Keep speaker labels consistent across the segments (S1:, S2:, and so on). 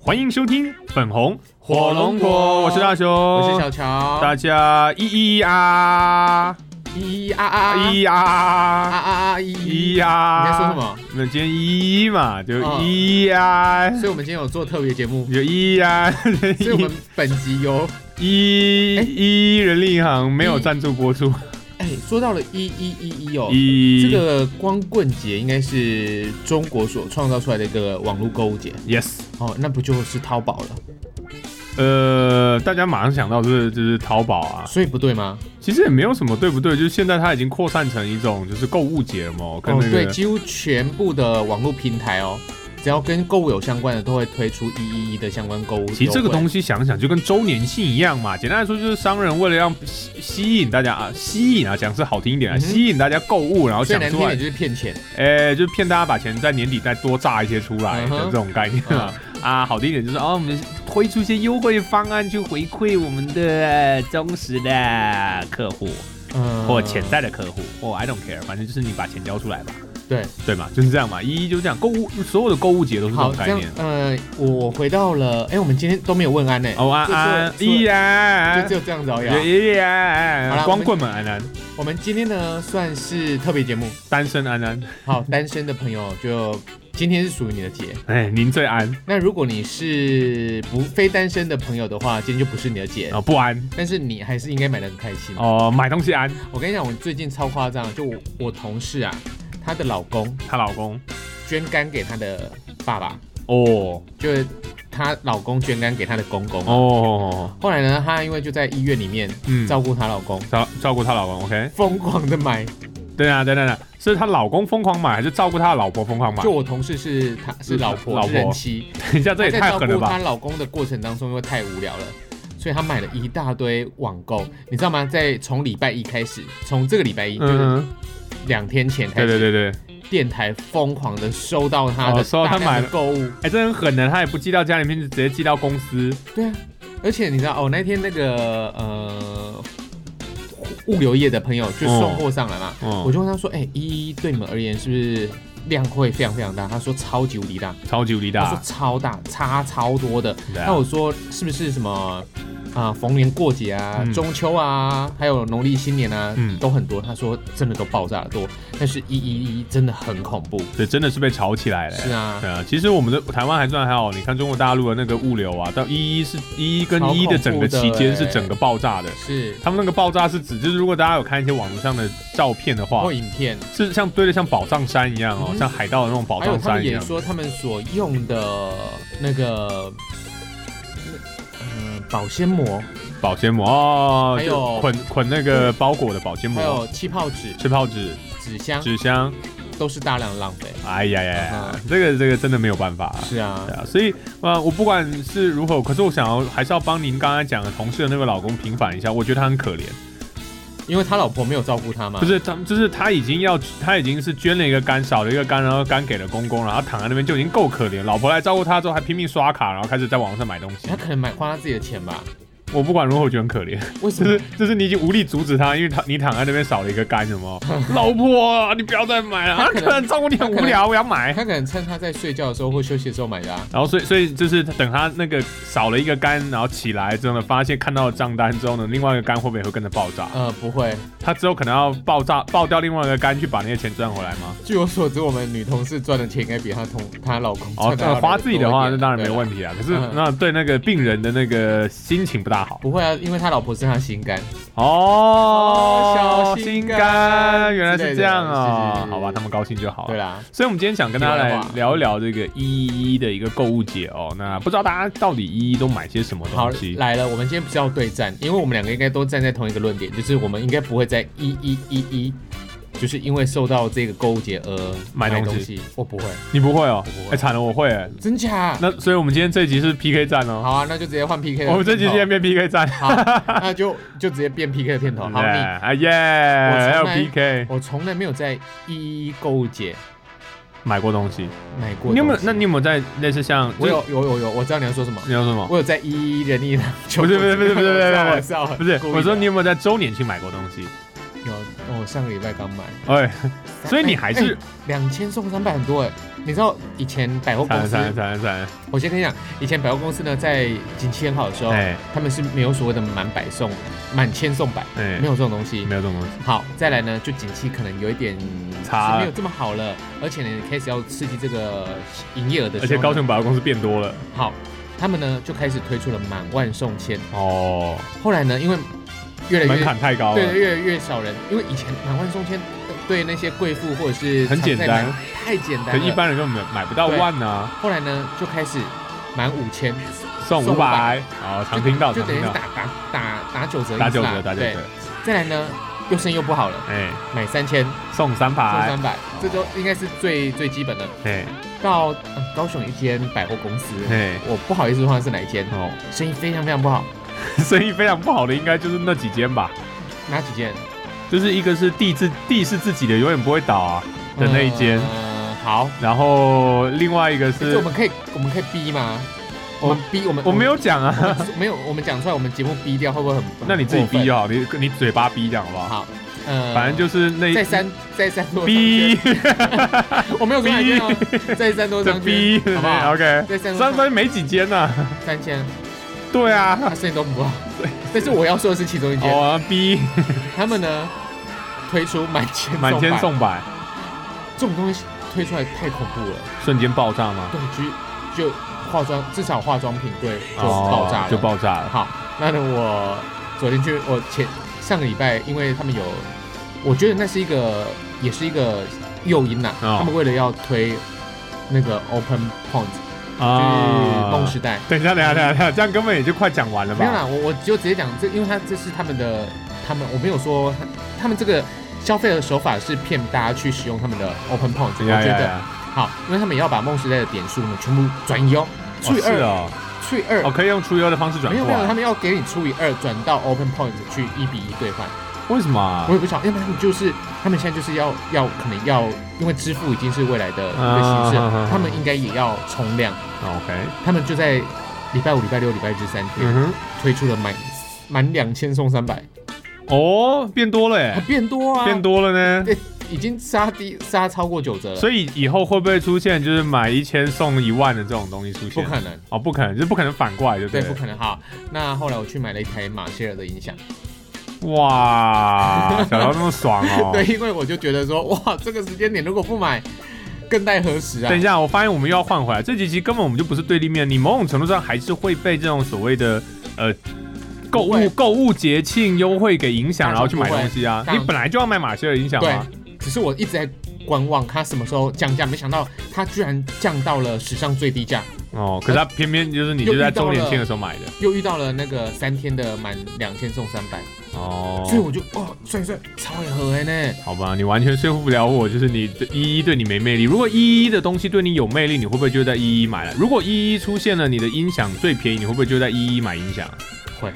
S1: 欢迎收听粉红我是大雄，
S2: 我是
S1: 我
S2: 小乔，
S1: 大家一一啊，
S2: 一啊啊啊
S1: 一
S2: 啊
S1: 啊，
S2: 啊啊一
S1: 一
S2: 啊！
S1: 啊，
S2: 你在说什？么？
S1: 那今天一一嘛，就
S2: 嗯
S1: 一啊，
S2: 所以我们今天有做特别节目，
S1: 就一啊，
S2: 所以我们本集由哎
S1: 一一人力银行没有
S2: 一
S1: 赞助播出，
S2: 哎说到了一一一一哦，
S1: 一
S2: 这个光棍节应该是中国所创造出来的一个网络购物节
S1: yes，
S2: 哦，那不就是淘宝了？
S1: 呃，大家马上想到就是就是淘宝啊，
S2: 所以不对吗？
S1: 其实也没有什么对不对，就是现在它已经扩散成一种就是购物节了嘛，跟
S2: 哦
S1: 那，
S2: 对，
S1: 个
S2: 几乎全部的网络平台哦，只要跟购物有相关的，都会推出一一一的相关购物优惠。
S1: 其实这个东西想想就跟周年庆一样嘛，简单来说就是商人为了让吸吸引大家啊，吸引啊讲是好听一点啊，
S2: 嗯哼
S1: 吸引大家购物，然后
S2: 最
S1: 想
S2: 难听
S1: 出
S2: 的
S1: 来
S2: 就，是骗钱，
S1: 哎，就是骗大家把钱在年底再多炸一些出来
S2: 嗯
S1: 的
S2: 哼
S1: 这种概念啊。啊，好听一点就是哦，我们推出一些优惠方案去回馈我们的忠实的客户
S2: 嗯，
S1: 或潜在的客户，哦，I don't care，反正就是你把钱交出来吧，
S2: 对。
S1: 对嘛，就是这样嘛，一一就是这样，购物所有的购物节都是这
S2: 好，
S1: 种
S2: 这
S1: 概
S2: 样
S1: 念。
S2: 呃，我回到了，哎、我们今天都没有问安呢、
S1: 哦，安安，
S2: 就
S1: 依
S2: 是
S1: 然
S2: 就只，有这样子而已啊、
S1: 依然，
S2: 好啦
S1: 光棍们安安，
S2: 我们今天呢算是特别节目，
S1: 单身安安，
S2: 好，单身的朋友就今天是属于你的节。
S1: 哎，您最安
S2: 那如果你是不非单身的朋友的话，今天就不是你的节。
S1: 哦，不安
S2: 但是你还是应该买的很开心。
S1: 哦，买东西安，
S2: 我跟你讲，我最近超夸张，就我我同事啊，她的老公
S1: 她老公
S2: 捐肝给她的爸爸，
S1: 哦
S2: 就是她老公捐肝给她的公公。
S1: 哦，
S2: 后来呢，她因为就在医院里面
S1: 嗯，照
S2: 照顾她老公，
S1: 照照顾她老公，OK，啊
S2: 疯狂的买。
S1: 等等等等等，是她老公疯狂买，还是照顾她的老婆疯狂买
S2: 就？我同事是她是老
S1: 嗯
S2: 婆，
S1: 老
S2: 老
S1: 婆
S2: 婆人妻，
S1: 等一下，这也
S2: 她在
S1: 太
S2: 照
S1: 狠了
S2: 顾她
S1: 吧！
S2: 老公的过程当中，因为太无聊了。所以她买了一大堆网购，你知道吗？在从礼拜一开始，从这个礼拜一就是
S1: 嗯，
S2: 两天前开
S1: 对
S2: 始，
S1: 对对对，
S2: 电台疯狂的收到她
S1: 哦
S2: 的
S1: 收到她
S2: 大
S1: 买了
S2: 量的购物。
S1: 哎，这很狠的，她也不寄到家里面，就直接寄到公司。
S2: 对啊，而且你知道哦，那天那个呃物流业的朋友就送货上来嘛，我
S1: 嗯，
S2: 就问他说：“哎、一一对你们而言是不是量会非常非常大？”他说：“超级无敌大。”
S1: 超级无敌
S2: 他
S1: 大
S2: 说，超大，差超多的。
S1: 啊对啊
S2: 那我说是不是什么啊？逢年过节啊
S1: 嗯，
S2: 中秋啊，还有农历新年啊
S1: 嗯，
S2: 都很多。他说真的都爆炸的多，但是一一一真的很恐怖。
S1: 这真的是被炒起来了。
S2: 是啊，
S1: 对啊，其实我们的台湾还算还好，你看中国大陆的那个物流啊，到一一是一一跟一一的整个期间
S2: 欸
S1: 是整个爆炸的。
S2: 是
S1: 他们那个爆炸是指，就是如果大家有看一些网络上的照片的话
S2: 或，影片，
S1: 是像堆的像宝藏山一样哦，
S2: 嗯
S1: 像海盗的那种宝
S2: 还有
S1: 藏
S2: 他
S1: 山
S2: 们
S1: 一
S2: 也
S1: 样。
S2: 说他们所用的那个。呃保鲜膜，
S1: 保鲜膜哦，
S2: 还有
S1: 就捆捆那个包裹的保鲜膜，
S2: 还有啊气泡纸、
S1: 吃泡纸、
S2: 纸箱，
S1: 纸箱，
S2: 都是大量的浪费。
S1: 哎呀呀呀
S2: 嗯，
S1: 这个这个真的没有办法。
S2: 是啊
S1: 对，啊，所以啊、呃我不管是如何，可是我想要还是要帮您刚才讲的同事的那位老公平反一下，我觉得他很可怜。
S2: 因为他老婆没有照顾他嘛
S1: 不。是他，就是他已经要，他已经是捐了一个肝，少了一个肝，然后肝给了公公，然后躺在那边就已经够可怜。老婆来照顾他之后，还拼命刷卡，然后开始在网上买东西
S2: 他。可能买花他自己的钱吧？
S1: 我不管如何，我觉得很可怜，
S2: 为什
S1: 就
S2: 么
S1: 是？就是你已经无力阻止他，因为他你躺在那边少了一个肝，什么？老婆，你不要再买了，啊，
S2: 他
S1: 可
S2: 可能
S1: 能照顾你很无聊，我要 买。
S2: 哎他可能趁他在睡觉的时候或休息的时候买的、啊。
S1: 然后所以所以就是等他那个少了一个肝，然后起来之后呢，发现看到账单之后呢，另外一个肝会不会也会跟着爆炸？
S2: 呃，不会。
S1: 他之后可能要爆炸爆掉另外一个肝去把那些钱赚回来吗？
S2: 据我所知，我们女同事赚的钱应该比她同她老公
S1: 哦
S2: 赚，的、
S1: 呃，花自己的话，那当然没有
S2: 题。
S1: 问题啊。可是
S2: 嗯
S1: 那对那个病人的那个心情不大好。
S2: 不会啊，因为他老婆是他心肝。
S1: 哦
S2: 小
S1: 心
S2: 心
S1: 肝
S2: 肝
S1: 原来是这样
S2: 之
S1: 哦
S2: 类的是是。是
S1: 好吧，他们高兴就好
S2: 对
S1: 了。
S2: 啦，
S1: 所以，我们今天想跟大家
S2: 题
S1: 来
S2: 外话
S1: 聊一聊这个一一一的一个购物节哦。那不知道大家到底一一都买些什么
S2: 好
S1: 东西？
S2: 来了，我们今天不是要对战，因为我们两个应该都站在同一个论点，就是我们应该不会在一一一一，就是因为受到这个购物节而
S1: 买东西
S2: 东西。我不会，
S1: 你不会哦
S2: 我不？会
S1: 哎，惨了，我会哎。
S2: 真假？
S1: 那所以，我们今天这一集是 PK 战哦。
S2: 好啊，那就直接换 PK 了。
S1: 我们这集今天变 PK 战。
S2: 好，那就就直接变 PK 的片头。 好，你
S1: 哎耶，
S2: 来
S1: 还有 PK
S2: 我从来没有在一一购物节
S1: 买过东西。
S2: 买过东西。
S1: 你有没有？那你有没有在类似像？
S2: 我有有有有，我知道你要说什么
S1: 就。。你要说什么？
S2: 我有在一一人力银行求助
S1: 不是不是不是不是不是
S2: 我知道我知道
S1: 不是，
S2: 故意的哦
S1: 我说你有没有在周年庆买过东西？
S2: 有，我上个礼拜刚买
S1: 哎，所以你还是
S2: 两千送三百很多哎、你知道以前百货公
S1: 惨
S2: 司，
S1: 惨惨惨，
S2: 我先跟你讲，以前百货公司呢，在景气很好的时候，
S1: 哎
S2: 他们是没有所谓的满百送、满千送百，
S1: 哎嗯
S2: 没有这种东西。
S1: 没有这种东西。
S2: 好，再来呢，就景气可能有一点
S1: 差
S2: 是没有这么好了，而且呢开始要刺激这个营业额的时候
S1: 而
S2: 呢，
S1: 且高雄百货公司变多了
S2: 好，他们呢就开始推出了满万送千，
S1: 哦，
S2: 后来呢，因为越来
S1: 门
S2: 越
S1: 槛太高
S2: 对的
S1: 了。
S2: 越来越少人，因为以前满万送千呃对那些贵妇或者是
S1: 很
S2: 常
S1: 简
S2: 在
S1: 单
S2: 买，太简
S1: 可
S2: 单
S1: 是一
S2: 了。
S1: 般人根本买不到
S2: 对
S1: 万呢，
S2: 后来呢就开始满五千，
S1: 送
S2: 送
S1: 五百
S2: 500，
S1: 哦，常听到，
S2: 就
S1: 常
S2: 等于
S1: 听
S2: 是
S1: 到，
S2: 打打打打九折意思啦，
S1: 打九折，打九
S2: 对
S1: 折，
S2: 再来呢又生意又不好了，
S1: 哎，
S2: 买三千送
S1: 送三百，
S2: 三百，这都应该是最最基本的。
S1: 哎
S2: 到、呃高雄有一间百货公司，
S1: 哎，
S2: 我不好意思说它是哪一间，
S1: 哦，
S2: 生意非常非常不好。
S1: 生意非常不好的应该就是那几间吧，
S2: 哪几间？
S1: 就是一个是地自地是自己的，永远不会倒啊的那一间，
S2: 呃好，
S1: 然后另外一个
S2: 哎这
S1: 是
S2: 我们可以我们可以逼吗？
S1: 我
S2: 我们逼我们
S1: 我没有讲啊，
S2: 我们没有我们讲出来，我们节目逼掉会不会很？
S1: 那你自己逼
S2: 啊。
S1: 就好，你你嘴巴逼讲好不好？
S2: 好，呃，
S1: 反正就是那
S2: 再三再三多
S1: 逼，
S2: 商圈，我没有说哪间哦，再三多
S1: 这
S2: 商圈，
S1: 逼
S2: 好不好？
S1: ，OK，
S2: 再三
S1: 三
S2: 多商
S1: 分没几间呐，
S2: 三千，
S1: 对啊，
S2: 他生意都不好。但是我要说的是其中一间，
S1: 哦逼，
S2: 他们呢推出满千
S1: 满千
S2: 百
S1: 送百，
S2: 这种东西推出来太恐怖了，
S1: 瞬间爆炸吗？
S2: 对，就就化妆至少化妆品对就爆炸了，
S1: 哦就爆炸了。
S2: 好，那呢，我昨天去，我前上个礼拜，因为他们有，我觉得那是一个，也是一个诱因呐、
S1: 哦
S2: 他们为了要推那个 Open Point，就是
S1: 啊
S2: 梦时代。
S1: 等一下，等一下，等一下，等一下，这样根本也就快讲完了
S2: 没有
S1: 吧？
S2: 啦，我我就直接讲这，因为他这是他们的，他们我没有说他们这个消费的手法是骗大家去使用他们的 Open Point，我
S1: 哎呀
S2: 觉
S1: 呀
S2: 得
S1: 呀
S2: 好，因为他们也要把梦时代的点数呢全部转移哦，除以
S1: 哦是
S2: 二，
S1: 哦，
S2: 除以二
S1: 哦，，可以用出优的方式转
S2: 没有
S1: 过
S2: 没有，他
S1: 来。
S2: 们要给你除以二转到 Open Point 去一比一兑换。
S1: 为什么啊
S2: 我？也不晓得，要不然他们就是他们现在就是要要可能要，因为支付已经是未来的一个形式
S1: 啊啊啊啊
S2: 了，他们应该也要冲量，
S1: 哦 OK，
S2: 他们就在礼拜五、礼拜六、礼拜日三天
S1: 嗯
S2: 推出了满满两千送三百，
S1: 哼，哦，变多了
S2: 还
S1: 哎，
S2: 变多啊，
S1: 变多了呢。
S2: 对，已经杀低杀超过九折了，
S1: 所以以后会不会出现就是买一千送一万的这种东西出
S2: 不
S1: 现？
S2: 可能，
S1: 哦，不可能，就是不可能反过来，对不
S2: 对，
S1: 对？
S2: 不可能哈。那后来我去买了一台马歇尔的音响，
S1: 哇，小姚那么爽哦！
S2: 对，因为我就觉得说，哇，这个时间点如果不买，更待何时啊
S1: 等一？下，我发现我们又要换回来。这几期根本我们就不是对立面，你某种程度上还是会被这种所谓的呃购
S2: 不会
S1: 物购物节庆优惠给影响，
S2: 当然
S1: 然后去买
S2: 不会
S1: 东西啊。
S2: 当
S1: 你
S2: 然
S1: 本来就要买马歇尔音响啊，
S2: 只是我一直在观望它什么时候降价，没想到它居然降到了史上最低价，
S1: 哦，可是他偏偏就是你
S2: 又
S1: 就在
S2: 遇到
S1: 周年
S2: 了
S1: 庆的时候买的
S2: 又遇到了那个三天的满两千送三百，所以
S1: 哦。
S2: 我就哦算一算超会合哎呢，
S1: 好吧，你完全说服不了我，就是你这一一对你没魅力。如果一一的东西对你有魅力，你会不会就在一一买了？如果一一出现了你的音响最便宜，你会不会就在一一买音响？
S2: 会，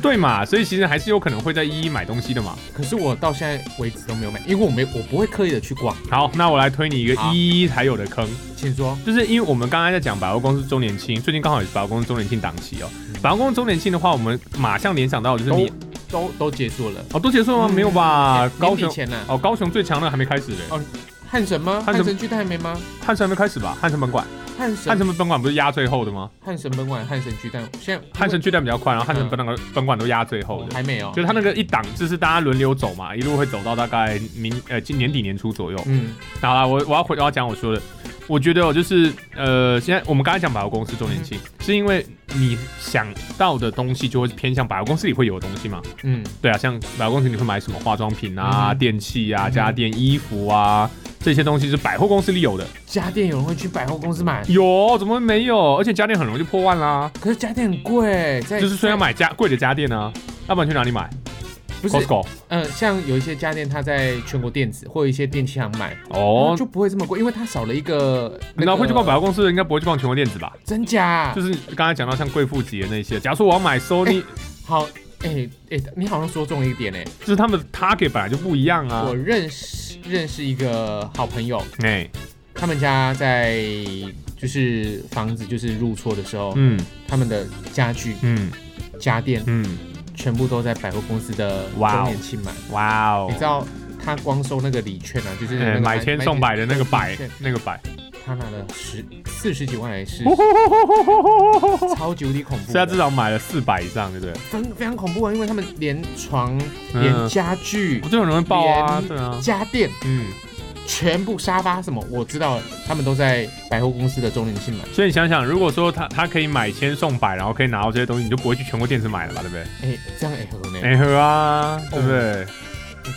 S1: 对嘛？所以其实还是有可能会在一一买东西的嘛。
S2: 可是我到现在为止都没有买，因为我没我不会刻意的去逛，
S1: 好，那我来推你一个
S2: 好
S1: 一一才有的坑，
S2: 请说，
S1: 就是因为我们刚才在讲百货公司周年庆，最近刚好也是百货公司周年庆档期哦
S2: 嗯。
S1: 百货公司周年庆的话，我们马上联想到的就是你
S2: 都都结束了。
S1: 哦，都结束了吗？
S2: 嗯
S1: 没有吧？高
S2: 年
S1: 雄
S2: 底前呢？
S1: 哦，高雄最强的还没开始嘞，
S2: 哦啊汉神吗？
S1: 汉
S2: 汉
S1: 神
S2: 神巨蛋还没吗？
S1: 汉神还没开始吧？汉神本馆，
S2: 汉
S1: 汉
S2: 神
S1: 神本馆不是压最后的吗？
S2: 汉神本馆汉神巨蛋，现在
S1: 汉神巨蛋比较快，然后汉
S2: 嗯
S1: 神本馆本馆都压最后
S2: 哦
S1: 的。
S2: 还没有
S1: 就，是他那个一档，就是大家轮流走嘛，一路会走到大概明呃今年底年初左右。
S2: 嗯，
S1: 好啦，我我要回我要讲我说的，我觉得哦，就是呃，现在我们刚才讲百货公司周年庆，
S2: 嗯
S1: 是因为你想到的东西就会偏向百货公司里会有的东西嘛？
S2: 嗯
S1: 对啊，像百货公司你会买什么化妆品啊、
S2: 嗯
S1: 电器啊、
S2: 嗯
S1: 家电、衣服啊这些东西是百货公司里有的。
S2: 家电有人会去百货公司买，
S1: 有怎么会没有？而且家电很容易就破万啦，
S2: 可是家电很贵，在
S1: 就是虽然
S2: 在
S1: 买家贵的家电啊，要不然去哪里买
S2: 不是
S1: ？Costco
S2: 嗯，像有一些家电，它在全国电子或一些电器行买，
S1: 哦
S2: 哦，。就不会这么贵，因为它少了一个。那
S1: 那
S2: 个
S1: 会去逛百货公司的，应该不会去逛全国电子吧？
S2: 真假？
S1: 就是刚才讲到像贵妇节那些，假如说我要买 Sony，
S2: 好，哎哎，你好像说中了一点哎。
S1: 就是他们的 target 本来就不一样啊
S2: 我。认识认识一个好朋友，
S1: 哎，
S2: 他们家在就是房子就是入厝的时候，
S1: 嗯
S2: 他们的家具
S1: 嗯
S2: 家电
S1: 嗯，
S2: 全部都在百货公司的
S1: 哇哦
S2: 周年庆买。
S1: 哇哦
S2: 你知，道他光收那个礼券啊，就是那
S1: 哎
S2: 个
S1: 买千送百的那个
S2: 礼
S1: 百
S2: 券，
S1: 那个百，
S2: 他拿了十四十几万 来试，
S1: 所
S2: 超级无敌恐怖的。
S1: 以啊他至少买了四百以上，对不对？
S2: 非非常恐怖啊，因为他们连床、
S1: 嗯
S2: 连家具
S1: 我、就很容易爆啊，
S2: 连
S1: 对啊，
S2: 家电
S1: 嗯，
S2: 全部沙发什么，我知道了他们都在百货公司的周年庆买。
S1: 所以你想想，如果说他他可以买千送百，然后可以拿到这些东西，你就不会去全国电视买了吧，对不对？
S2: 哎、这样哎、合呢、
S1: 哎呵啊，对不对？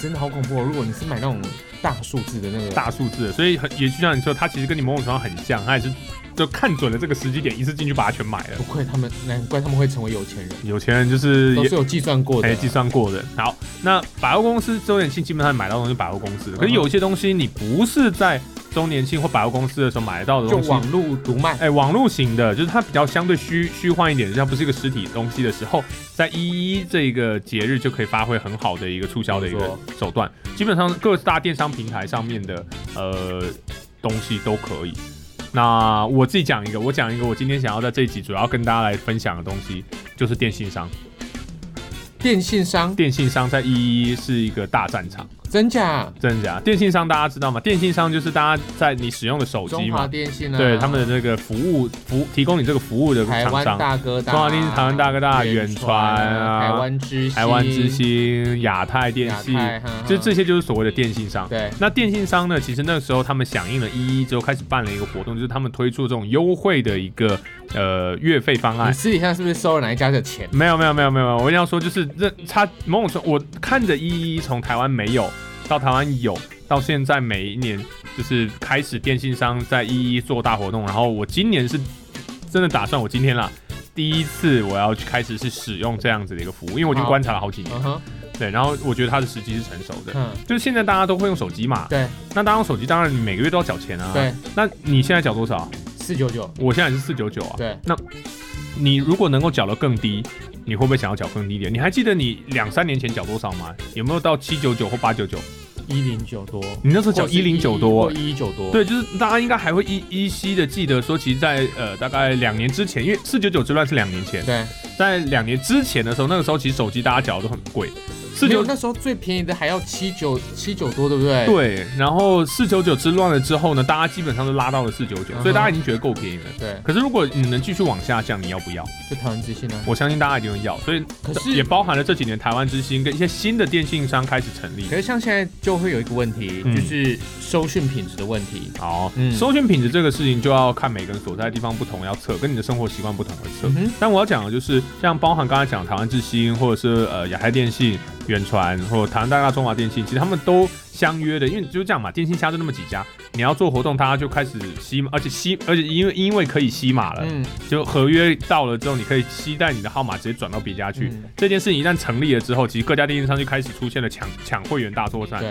S2: 真的好恐怖、哦。如果你是买那种大数字的那个，
S1: 大数字，所以很也就像你说，他其实跟你某种程度上很像，他也是就看准了这个时机点，一次进去把它全买了
S2: 不。愧他们，难怪他们会成为有钱人，
S1: 有钱人就是
S2: 都
S1: 也
S2: 是有计算过的
S1: 哎，
S2: 啊。
S1: 计算过的。好，那百货公司周年庆基本上买到的东西是百货公司的，可是
S2: 嗯哼
S1: 有一些东西你不是在周年庆或百货公司的时候买得到的
S2: 就
S1: 东西。
S2: 网路独卖，
S1: 哎，网络型的，就是它比较相对虚虚幻一点，就它不是一个实体东西的时候，在一一这个节日就可以发挥很好的一个促销的一
S2: 没
S1: 个
S2: 错
S1: 手段。基本上各大电商平台上面的呃东西都可以。那我自己讲一个，我讲一个，我今天想要在这一集主要跟大家来分享的东西，就是电信商。
S2: 电信商
S1: 电信商在一一是一个大战场，
S2: 真假？
S1: 真的假的？电信商大家知道吗？电信商就是大家在你使用的手机
S2: 中华
S1: 嘛，
S2: 电信啊，
S1: 对他们的这个服务服提供你这个服务的
S2: 台
S1: 厂
S2: 湾
S1: 商，
S2: 大哥大，
S1: 中华电信台湾大哥大远传啊
S2: 台湾之星
S1: 台湾之星、亚太电
S2: 亚
S1: 信，
S2: 太，哈哈
S1: 就这些就是所谓的电信商。
S2: 对，
S1: 那电信商呢？其实那时候他们响应了一一之后，开始办了一个活动，就是他们推出这种优惠的一个呃月费方案
S2: 你。私底下是不是收了哪一家的钱？
S1: 没有没有没有没有，没有我一定要说就是这差某种程度，我看着一一从台湾没有到台湾有，到现在每一年就是开始电信商在一一做大活动，然后我今年是真的打算我今天啦。第一次我要去开始是使用这样子的一个服务，因为我已经
S2: 好
S1: 观察了好几年，
S2: 嗯哼，
S1: 对，然后我觉得它的时机是成熟的，
S2: 嗯，
S1: 就是现在大家都会用手机嘛，
S2: 对
S1: 那大家用手机当然你每个月都要缴钱啊，，
S2: 对，
S1: 那你现在缴多少？
S2: 四九九，
S1: 我现在也是四九九啊，
S2: 对，
S1: 你如果能够缴得更低，你会不会想要缴更低一点？你还记得你两三年前缴多少吗？有没有到七九九或八九九？
S2: 一零九多，
S1: 你那时候缴一零九多。
S2: 一一九多，，
S1: 对，就是大家应该还会依依稀的记得说，其实在，呃大概两年之前，因为四九九之乱是两年前，
S2: 对，
S1: 在两年之前的时候，那个时候其实手机大家缴的都很贵，四
S2: 没有
S1: 九
S2: 那时候最便宜的还要七九七九多，对不对？，
S1: 对，然后四九九之乱了之后呢，大家基本上都拉到了四九九
S2: 嗯，哼
S1: 所以大家已经觉得够便宜了。
S2: 对，
S1: 可是如果你能继续往下降，你要不要？
S2: 就台湾之星啊。
S1: 我相信大家一定会要，所以
S2: 可
S1: 也
S2: 是
S1: 包含了这几年台湾之星跟一些新的电信商开始成立
S2: 可。是像现在就会有一个问题，
S1: 嗯
S2: 就是收讯品质的问题。
S1: 好，
S2: 嗯
S1: 搜寻品质这个事情就要看每个人所在的地方不同，要测跟你的生活习惯不同而测
S2: 嗯。哼，
S1: 但我要讲的就是，像包含刚才讲的台湾之星，或者是呃亚太电信、远传，或者台湾大大中华电信，其实他们都相约的，因为就这样嘛，电信家就那么几家，你要做活动，大家就开始吸码，而且吸，而且因为因为可以吸码了，
S2: 嗯，
S1: 就合约到了之后，你可以期待你的号码直接转到别家去。
S2: 嗯
S1: 这件事情一旦成立了之后，其实各家电信商就开始出现了抢抢会员大作战。
S2: 对。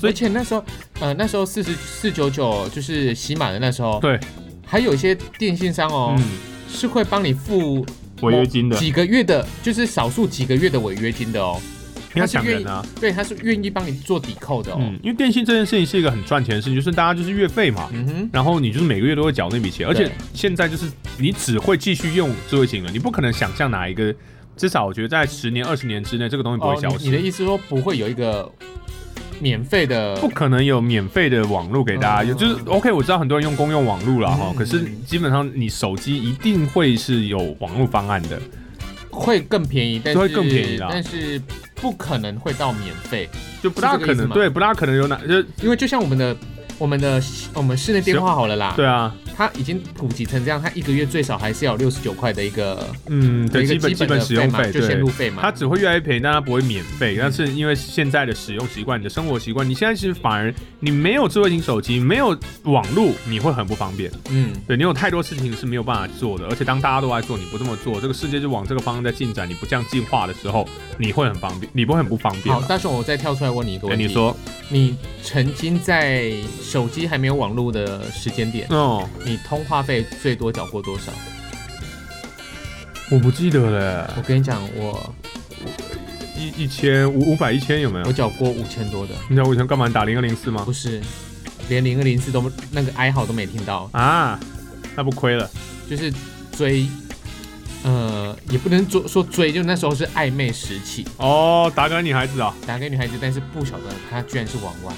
S1: 所
S2: 所
S1: 以
S2: 以，而且那时候，呃，那时候四十四九九就是喜马的那时候，
S1: 对，
S2: 还有一些电信商哦，
S1: 嗯，
S2: 是会帮你付
S1: 违约金的，
S2: 几个月的，就是少数几个月的违约金的哦。
S1: 你要
S2: 他是
S1: 抢
S2: 愿
S1: 人
S2: 意
S1: 啊。
S2: 对，他是愿意帮你做抵扣的哦。
S1: 嗯，因为电信这件事情是一个很赚钱的事情，就是大家就是月费嘛，
S2: 嗯哼，
S1: 然后你就是每个月都会缴那笔钱，而且
S2: 对
S1: 现在就是你只会继续用智慧型了，你不可能想象哪一个，至少我觉得在十年、二十年之内，这个东西不会消
S2: 哦你你的
S1: 失。
S2: 意思说不会有一个免费的？
S1: 不可能有免费的网络给大家用，
S2: 嗯
S1: 就是 OK，我知道很多人用公用网络了哈
S2: 嗯，
S1: 可是基本上你手机一定会是有网络方案的，
S2: 会更便宜，但是
S1: 会更便宜啦
S2: 但是不可能会到免费，
S1: 就不大
S2: 是
S1: 可
S2: 这个意思
S1: 能，
S2: 吗
S1: 对，不大可能有哪，就
S2: 因为就像我们的我们的我们室内电话好了啦，
S1: 对啊，
S2: 它已经普及成这样，它一个月最少还是要六十九块的一个
S1: 嗯，对，
S2: 一个
S1: 基本
S2: 基
S1: 基
S2: 本
S1: 本
S2: 的
S1: 使用
S2: 嘛
S1: 费，
S2: 就线
S1: 对
S2: 路，费嘛。
S1: 它只会越来越便宜，但它不会免费。但是因为现在的使用习惯、你的生活习惯，你现在其实反而你没有智慧型手机、没有网络，你会很不方便。
S2: 嗯，
S1: 对你有太多事情是没有办法做的，而且当大家都爱做，你不这么做，这个世界就往这个方向在进展。你不这样进化的时候，你会很方便，你不会很不方便
S2: 好，。大雄，我再跳出来问你一个
S1: 对，
S2: 问
S1: 嗯
S2: 题，
S1: 哎你，说，
S2: 你曾经在手机还没有网络的时间点，
S1: 哦，
S2: 你通话费最多缴过多少？
S1: 哎我不记得了，
S2: 我跟你讲，我
S1: 一一千五五百一千有没
S2: 我
S1: 有？
S2: 缴过五千多的，
S1: 你知道我以前干嘛？你打零二零四吗
S2: 不？是，连零二零四都那个哀嚎都没听到，
S1: 啊，那不亏了。
S2: 就是追呃，也不能追说追，就那时候是暧昧时期，
S1: 哦，打给女孩子啊，
S2: 打给女孩子，但是不晓得她居然是王婉，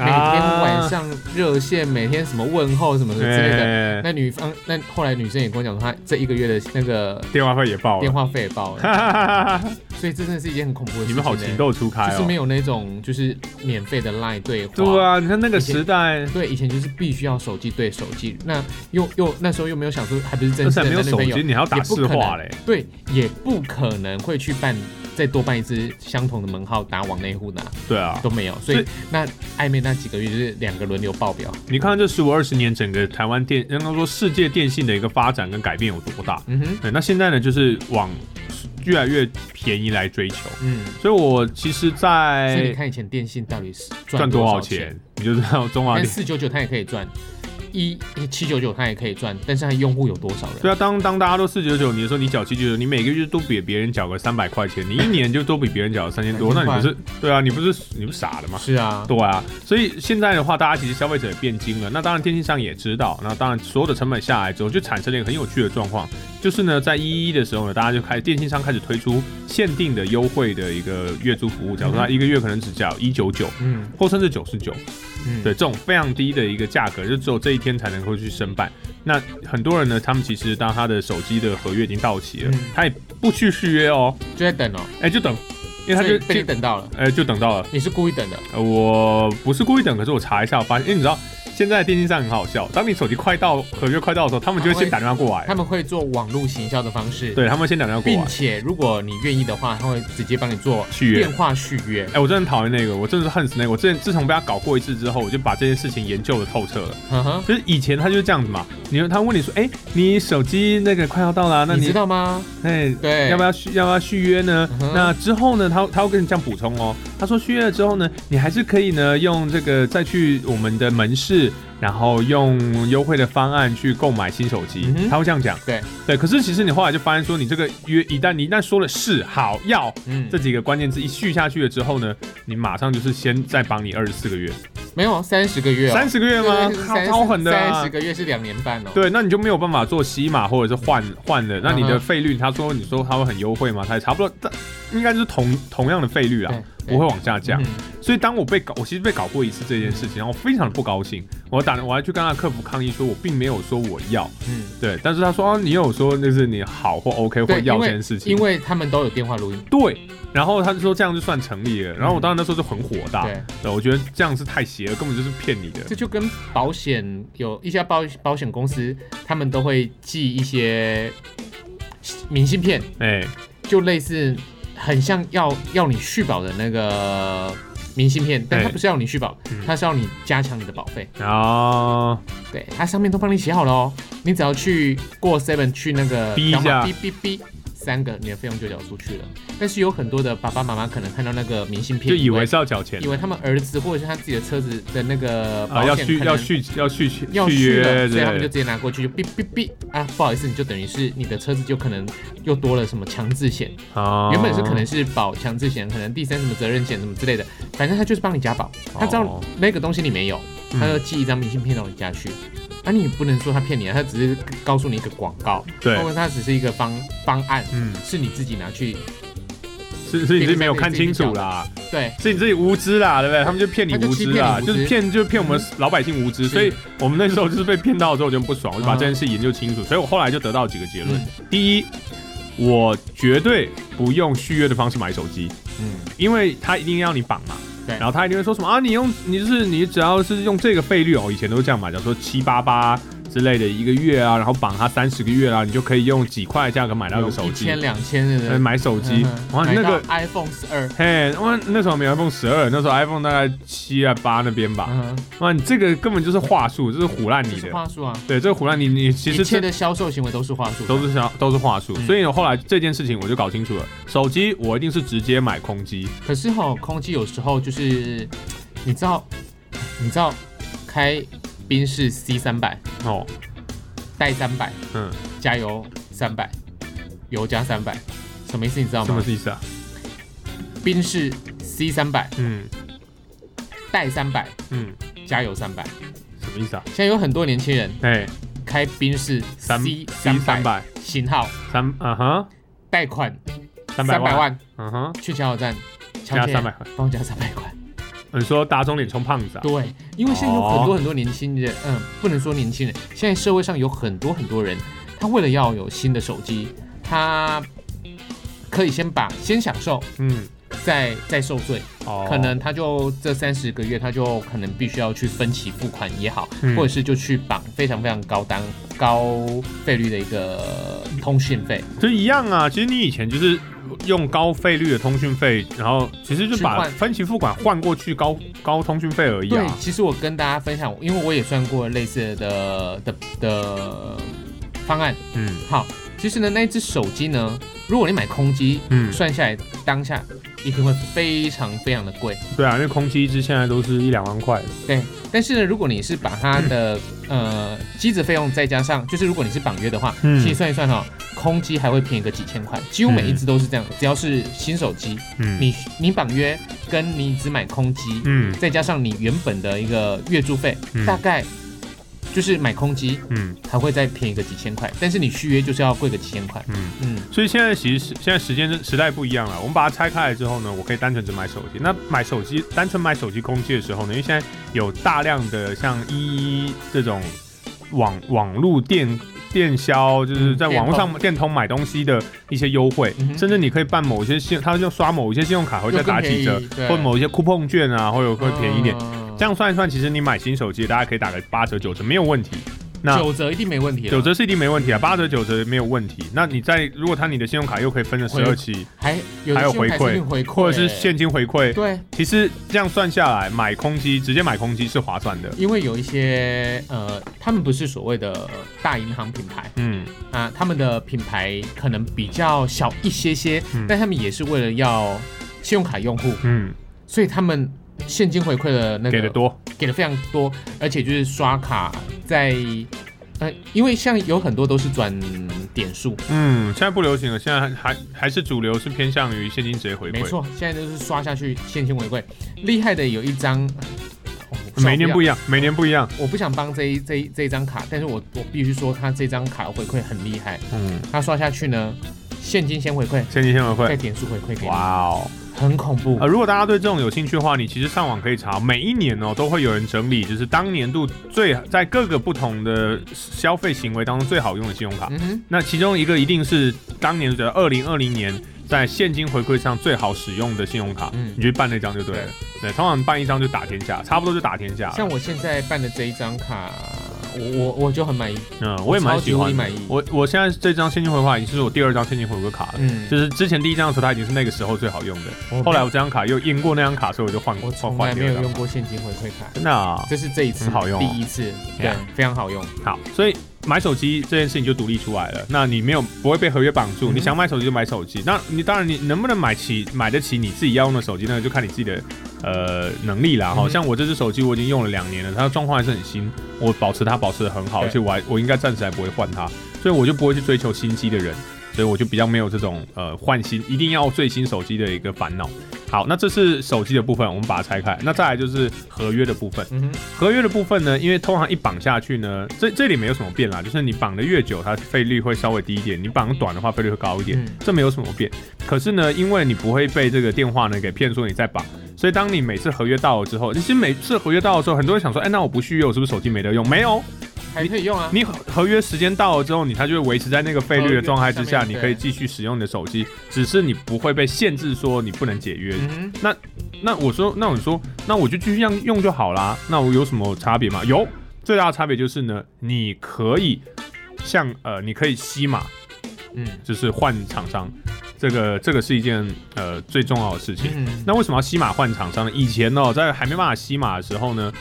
S2: 每天
S1: 啊
S2: 晚上热线，每天什么问候什么什么之类的。
S1: 哎
S2: 那女方，那后来女生也跟我讲说，她这一个月的那个
S1: 电话费也爆
S2: 电
S1: 了，
S2: 话费也报了，所以这真的是一件很恐怖的事情、 欸
S1: 你们好情，窦初开
S2: 就是没
S1: 哦。
S2: 有那种就是免费的 line 对话。
S1: 对啊，你看那个时代，
S2: 对，以前就是必须要手机对手机，那又又那时候又没有想说，还不是真
S1: 而且
S2: 正
S1: 没有
S2: 的男女
S1: 手
S2: 朋友
S1: 机，，你还要打
S2: 也不
S1: 市
S2: 可
S1: 话
S2: 能
S1: 嘞。
S2: 对，也不可能会去办再多办一支相同的门号打往内户拿
S1: 对啊，
S2: 都没有，所以
S1: 对
S2: 那暧昧那几个月就是两个轮流爆表，
S1: 你看这十五二十年，整个台湾电，应该说世界电信的一个发展跟改变有多大？
S2: 嗯哼，
S1: 对，那现在呢，就是往越来越便宜来追求。
S2: 嗯，
S1: 所以我其实，
S2: 所以你
S1: 在
S2: 看以前电信到底是
S1: 哎赚
S2: 赚
S1: 多少
S2: 少
S1: 钱，，你就知道中华
S2: 但
S1: 电。
S2: 四九九它也可以赚，一七九九它也可以赚，但是它用户有多少人？
S1: 对啊，当当大家都四九九，你说你缴七九九，你每个月都比别人缴个三百块钱，你一年就都比别人缴三千 多，那你不是对啊？你不是你不是傻的吗？
S2: 是啊，
S1: 对啊，所以现在的话，大家其实消费者也变精了。那当然，电信商也知道。那当然，所有的成本下来之后，就产生了一个很有趣的状况，就是呢，在一一的时候呢，大家就开始电信商开始推出限定的优惠的一个月租服务，假如说他一个月可能只缴一九九，
S2: 嗯
S1: 或甚至九十九，
S2: 嗯，
S1: 对，这种非常低的一个价格，就只有这一天才能够去申办。那很多人呢，他们其实当他的手机的合约已经到期了
S2: 嗯，
S1: 他也不去续约哦，
S2: 就在等哦，
S1: 哎、就等，因为他
S2: 所以
S1: 就
S2: 被你
S1: 就
S2: 等到了，
S1: 哎、就等到了。
S2: 你是故意等的，
S1: 呃我不是故意等，可是我查一下，我发现，因为你知道现在电信商很好笑，当你手机快到合约快到的时候，他们就会先打电话过来
S2: 他，们会做网络行销的方式，
S1: 哎对他们会先打电话过
S2: 并
S1: 来。
S2: 且如果你愿意的话，他会直接帮你做
S1: 续约
S2: 电话续约
S1: 哎、。我真的很讨厌那个，我真的是恨死那个。我之前自从被他搞过一次之后，我就把这件事情研究的透彻了。
S2: 呵呵，
S1: 就是以前他就是这样子嘛，你他问你说，哎、你手机那个快要到了啊，那
S2: 你
S1: 你
S2: 知道吗？
S1: 哎、
S2: 对，
S1: 要不
S2: 要？
S1: 要续要不要续约呢
S2: 嗯？哼
S1: 那之后呢，他他会跟你这样补充哦，他说续约了之后呢，你还是可以呢用这个再去我们的门市，然后用优惠的方案去购买新手机
S2: 嗯，哼
S1: 他会这样讲。
S2: 对
S1: 对，可是其实你后来就发现说，你这个约一旦你一旦说了是好要
S2: 嗯，
S1: 这
S2: 这
S1: 几个关键字一续下去了之后呢，你马上就是先再绑你二十四个月，
S2: 没有三十个月哦，
S1: 三十个月吗？超超狠的
S2: 三
S1: 啊
S2: 十！个月是两年半哦。，
S1: 对，那你就没有办法做西马或者是换换的，那你
S2: 嗯
S1: 的
S2: 哼
S1: 费率，他说你说他会很优惠吗？他也差不多，但应该就是同同样的费率啊，
S2: 对
S1: 不会往下降。
S2: 嗯
S1: 所以当我被搞，我其实被搞过一次这件事情，然后我非常的不高兴，我打我还去跟他客服抗议，说我并没有说我要，
S2: 嗯，
S1: 对，但是他说啊，你有说就是你好或 OK 或
S2: 对，
S1: 要
S2: 因
S1: 这
S2: 为
S1: 件事情
S2: 因，为他们都有电话录音，
S1: 对。然后他就说这样就算成立了，然后我
S2: 嗯
S1: 当时那时候就很火大，
S2: 对，
S1: 对，我觉得这样是太邪了，根本就是骗你的，
S2: 这就跟保险有一家保保险公司，他们都会寄一些明信片，
S1: 哎、
S2: 就类似很像要要你续保的那个明信片，但它
S1: 对
S2: 不是要你续保
S1: 嗯，
S2: 它是要你加强你的保费。
S1: 然后
S2: 对，它上面都帮你写好了哦，你只要去过 Seven 去那个
S1: 逼一
S2: 条码
S1: 下
S2: 哔哔哔，三个你的费用就缴出去了。但是有很多的爸爸妈妈可能看到那个明信片，
S1: 就以为是要缴钱
S2: 以，为他们儿子或者是他自己的车子的那个保
S1: 啊，要
S2: 险
S1: 续
S2: 可能
S1: 要续要续续
S2: 要
S1: 续
S2: 续
S1: 约
S2: 了，所以他
S1: 之
S2: 们就
S1: 类
S2: 直
S1: 的。
S2: 接拿过去就哔哔哔啊，不好意思，你就等于是你的车子就可能又多了什么强制险，
S1: 啊
S2: 原本是可能是保强制险，可能第三什么责任险什么之类的，反正他就是帮你加保，他知道
S1: 哦
S2: 那个东西你没有，
S1: 嗯
S2: 他就寄一张明信片到你家去。啊，你也不能说他骗你啊，他只是告诉你一个广告，
S1: 对
S2: 或者他只是一个方方案，
S1: 嗯，
S2: 是你自己拿去
S1: 是是你自己没有看清楚啦，
S2: 对，
S1: 是你自己无知啦，对不对？他们就骗你无知啦，
S2: 他就欺骗你无知嗯
S1: 就是骗就是骗我们老百姓无知，
S2: 是
S1: 所以我们那时候就是被骗到之后我就不爽，我就把
S2: 嗯
S1: 这件事研究清楚，所以我后来就得到几个结论
S2: 嗯：
S1: 第一，我绝对不用续约的方式买手机，
S2: 嗯，
S1: 因为他一定要你绑嘛。
S2: 对
S1: 然后他一定会说什么啊？你用你就是你只要是用这个费率哦，以前都是这样嘛，假如说七八八之类的一个月啊，然后绑它三十个月啊啦、你就可以用几块的价格买到一个手
S2: 一
S1: 机
S2: 千，两千的
S1: 呃，买手
S2: 嗯
S1: 机。哇，那个
S2: iPhone 十二，
S1: 嘿，哇，那时候没有 iPhone 十二，那时候 iPhone 大概七啊八那边吧。
S2: 嗯哼，
S1: 哇，你这个根本就是话术，这是唬烂
S2: 这
S1: 你
S2: 是
S1: 的。
S2: 话术啊，
S1: 对，这个唬烂你，你其
S2: 一
S1: 实
S2: 切
S1: 这
S2: 的销售行为都是话术，
S1: 都是想都是话术。
S2: 嗯
S1: 所以后来这件事情我就搞清楚了，手机我一定是直接买空机。
S2: 可是哈、空气有时候就是，你知道，你知道，开宾士 C 三百，
S1: 哦，
S2: 带三百，
S1: 嗯，
S2: 加油三百，油加三百，什么意思？你知道
S1: 什么
S2: 吗？
S1: 意思啊？
S2: 宾士 C 三百，
S1: 嗯
S2: 带三百，
S1: 嗯，
S2: 加油三百。
S1: 什么意思啊？
S2: 现在有很多年轻人，
S1: 哎、
S2: 开宾士
S1: 三
S2: C
S1: 三
S2: 三百
S1: 百
S2: 型号，
S1: 三啊哈
S2: 贷款
S1: 三百
S2: 百
S1: 万，
S2: 万，
S1: 嗯哼，
S2: 去加油站
S1: 加
S2: 乔姐
S1: 三百块。
S2: 帮我加三百块。
S1: 你说打肿脸充胖子啊？
S2: 对，因为现在有很
S1: 哦
S2: 多很多年轻人，嗯，不能说年轻人，现在社会上有很多很多人，他为了要有新的手机，他可以先把先享受，
S1: 嗯，
S2: 再再受罪，
S1: 哦，
S2: 可能他就这三十个月，他就可能必须要去分期付款也好，
S1: 嗯
S2: 或者是就去绑非常非常高单高费率的一个通讯费，
S1: 就一样啊。其实你以前就是用高费率的通讯费，然后其实就
S2: 去
S1: 把
S2: 换
S1: 分期付款换过去高高通讯费而已
S2: 对
S1: 啊，。
S2: 其实我跟大家分享，因为我也算过类似的的的方案。
S1: 嗯
S2: 好，其实呢，那一只手机呢，如果你买空机，
S1: 嗯，
S2: 算下来当下一定会非常非常的贵。
S1: 对啊，因为空气一支现在都是一两万块的。
S2: 对，但是呢，如果你是把它 的呃机子费用再加上，就是如果你是绑约的话，
S1: 嗯
S2: 其实算一算哈、空机还会便宜个几千块，几乎每一只都是这样。只要是新手机，
S1: 嗯，
S2: 你你绑约跟你只买空机，
S1: 嗯
S2: 再加上你原本的一个月租费，
S1: 嗯
S2: 大概就是买空机
S1: 嗯
S2: 还会再便宜个几千块，但是你续约就是要贵个几千块。
S1: 嗯。
S2: 嗯，
S1: 所以现在其实时现在时间时代不一样了，我们把它拆开来之后呢，我可以单纯只买手机。那买手机单纯买手机空机的时候呢，因为现在有大量的像一这种网网络电电销，就是
S2: 嗯
S1: 在网络上电通买东西的一些优惠，
S2: 嗯哼
S1: 甚至你可以办某些信，他就刷某一些信用卡会再打几折
S2: 又更便宜，对
S1: 或某一些 coupon 券啊，会有会便宜一点。
S2: 嗯
S1: 这样算一算，其实你买新手机，大家可以打个八折九折，没有问题。那
S2: 九折一定没问题了。
S1: 九折是一定没问题啊，八折九折没有问题。那你在如果他你的信用卡又可以分了十
S2: 回
S1: 二期，
S2: 还有
S1: 还有
S2: 信用
S1: 回
S2: 卡
S1: 馈
S2: 是有回馈，
S1: 或者是现金回馈，
S2: 对，
S1: 其实这样算下来，买空机直接买空机是划算的。
S2: 因为有一些呃，他们不是所谓的大银行品牌
S1: 嗯
S2: 啊，他们的品牌可能比较小一些些，
S1: 嗯
S2: 但他们也是为了要信用卡用户，
S1: 嗯，
S2: 所以他们现金回馈的那个
S1: 给的，多。
S2: 给的非常多，而且就是刷卡在。呃，因为像有很多都是转点数，
S1: 嗯，现在不流行了，现在还还还是主流是偏向于现金直接回
S2: 没
S1: 馈。
S2: 错，现在就是刷下去现金回馈。厉害的有一张，哦我
S1: 每呃年
S2: 要
S1: 不一样，每年不一样。
S2: 我不想帮这一这一这一张卡，但是我我必须说，他这张卡回馈很厉害。
S1: 嗯，
S2: 他刷下去呢，现金先回馈，
S1: 现金先
S2: 再
S1: 回馈。
S2: 点数回馈给你，
S1: 哇哦！
S2: 很恐怖
S1: 呃，。如果大家对这种有兴趣的话，你其实上网可以查，每一年哦都会有人整理，就是当年度最在各个不同的消费行为当中最好用的信用卡。
S2: 嗯哼，
S1: 那其中一个一定是当年的二零二零年在现金回馈上最好使用的信用卡，
S2: 嗯
S1: 你去办那张就对了。对，通常办一张就打天下，差不多就打天下了。
S2: 像我现在办的这一张卡，我我我就很满意。
S1: 嗯，我也蛮喜欢的。
S2: 我超级无敌满意
S1: 我我现在这张现金回馈卡已经是我第二张现金回馈卡了。
S2: 嗯，
S1: 就是之前第一张的时候，它已经是那个时候最好用的。
S2: 我
S1: 后来我这张卡又赢过那张卡，所以我就换
S2: 我
S1: 换
S2: 从
S1: 换
S2: 来
S1: 第
S2: 没
S1: 二
S2: 有
S1: 张
S2: 用。过现金回馈卡，
S1: 真的啊、
S2: 这是这一次
S1: 很好用哦
S2: 第一次，对
S1: Yeah，
S2: 非常好用。
S1: 好，所以买手机这件事情就独立出来了。那你没有不会被合约绑住，
S2: 嗯
S1: 你想买手机就买手机。那你当然你能不能买起买得起你自己要用的手机，那个就看你自己的呃能力啦。哈、
S2: 嗯
S1: 像我这只手机我已经用了两年了，它的状况还是很新，我保持它保持的很好，
S2: 对
S1: 而且我还我应该暂时还不会换它，所以我就不会去追求新机的人。所以我就比较没有这种呃换新一定要最新手机的一个烦恼。好，那这是手机的部分，我们把它拆开。那再来就是合约的部分。
S2: 嗯哼，
S1: 合约的部分呢，因为通常一绑下去呢，这这里没有什么变啦，就是你绑的越久，它费率会稍微低一点；你绑得短的话，费率会高一点，
S2: 嗯
S1: 这没有什么变。可是呢，因为你不会被这个电话呢给骗说你在绑，所以当你每次合约到了之后，其实每次合约到的时候，很多人想说，哎，那我不续约，我是不是手机没得用？没有，
S2: 还可以用啊。
S1: 你合合约时间到了之后，你它就会维持在那个费率的状态之下，
S2: 合约上面
S1: 你
S2: 对
S1: 可以继续使用你的手机，只是你不会被限制说你不能解约。
S2: 嗯哼，
S1: 那我说，那我说，那我就继续这样用就好啦。那我有什么差别吗？有，最大的差别就是呢，你可以像呃，你可以吸码，
S2: 嗯
S1: 就是换厂商，这个这个是一件呃最重要的事情。
S2: 嗯，
S1: 那为什么要吸码换厂商呢？以前哦，在还没办法吸码的时候呢，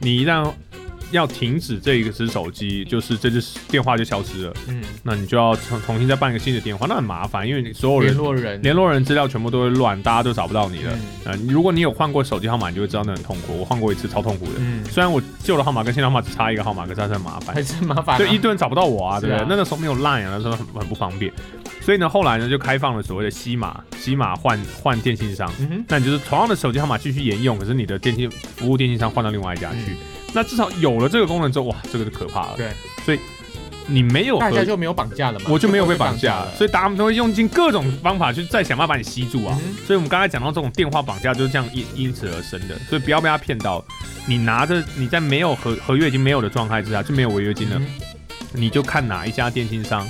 S1: 你一旦要停止这一只手机，就是这只电话就消失了，
S2: 嗯，
S1: 那你就要重重新再办一个新的电话，那很麻烦，因为你所有人
S2: 联络人，
S1: 联络人资料全部都会乱，大家都找不到你了。
S2: 嗯
S1: 呃，你如果你有换过手机号码，你就会知道那很痛苦。我换过一次，超痛苦的。
S2: 嗯，
S1: 虽然我旧的号码跟新的号码只差一个号码，可是还是很麻
S2: 还
S1: 烦。
S2: 是麻烦啊。
S1: 对，一堆人找不到我啊，
S2: 是
S1: 对
S2: 啊
S1: 不对？那那时候没有 Line 啊，那时候很很不方便。所以呢，后来呢就开放了所谓的西码，西码换换电信商。
S2: 嗯哼，
S1: 那你就是同样的手机号码继续沿用，可是你的电信服务电信商换到另外一家去。那至少有了这个功能之后，哇，这个就可怕了。
S2: 嗯对，
S1: 所以你没有
S2: 大家
S1: 合
S2: 就没有绑架了嘛，
S1: 我就没有被
S2: 绑
S1: 绑架
S2: 了，
S1: 所以大家都会用尽各种方法去再想办法把你吸住啊。
S2: 嗯
S1: 所以我们刚才讲到这种电话绑架就是这样因因此而生的，所以不要被他骗到。你拿着你在没有合合约已经没有的状态之下，就没有违约金了，
S2: 嗯
S1: 你就看哪一家电信商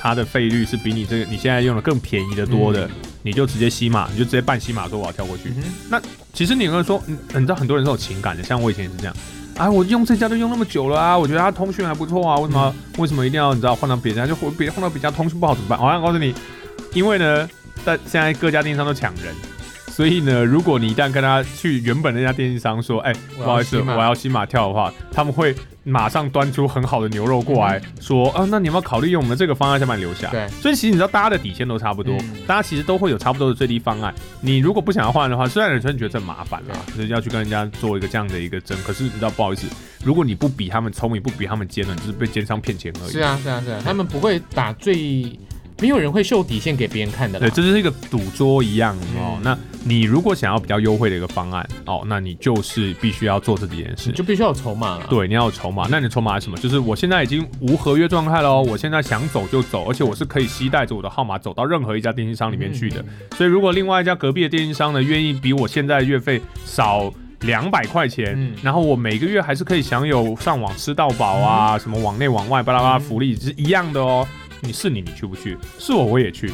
S1: 它的费率是比你这个你现在用的更便宜的多的，你就直接吸码，你就直接办吸码说我要跳过去。
S2: 嗯哼
S1: 其实你有没有说，嗯，你知道很多人是有情感的，像我以前也是这样。哎，我用这家都用那么久了啊，我觉得它通讯还不错啊，为什
S2: 嗯
S1: 么、为什么一定要你知道换到别家？就换别换到别家通讯不好怎么办？好像告诉你，因为呢，但现在各家电信商都抢人，所以呢，如果你一旦跟他去原本那家电信商说，哎，
S2: 我要
S1: 不好意思，
S2: 新马
S1: 我要新马跳的话，他们会马上端出很好的牛肉过来，
S2: 嗯
S1: 说，啊，那你有没有考虑用我们这个方案先把你留下？
S2: 对
S1: 所以其实你知道，大家的底线都差不多，
S2: 嗯
S1: 大家其实都会有差不多的最低方案。你如果不想要换的话，虽然有些人觉得这很麻烦啊，就是要去跟人家做一个这样的一个争，可是你知道，不好意思，如果你不比他们聪明，不比他们尖了，你就是被奸商骗钱而已。
S2: 是啊，是啊，是啊，他们不会把最，没有人会秀底线给别人看的啦。
S1: 对，这就是一个赌桌一样哦。
S2: 嗯
S1: 那你如果想要比较优惠的一个方案哦，那你就是必须要做这几件事
S2: 你。就必须要有筹码了。，
S1: 对，你要有筹码。那你的筹码是什么？就是我现在已经无合约状态哦喽，我现在想走就走，而且我是可以携带着我的号码走到任何一家电信
S2: 嗯
S1: 商里面去的。所以如果另外一家隔壁的电信商呢，愿意比我现在的月费少。两百块钱，
S2: 嗯
S1: 然后我每个月还是可以享有上网吃到饱啊，什么网内网外巴拉巴拉
S2: 嗯
S1: 福利是一样的哦。你是你，你去不去？是我，我也去。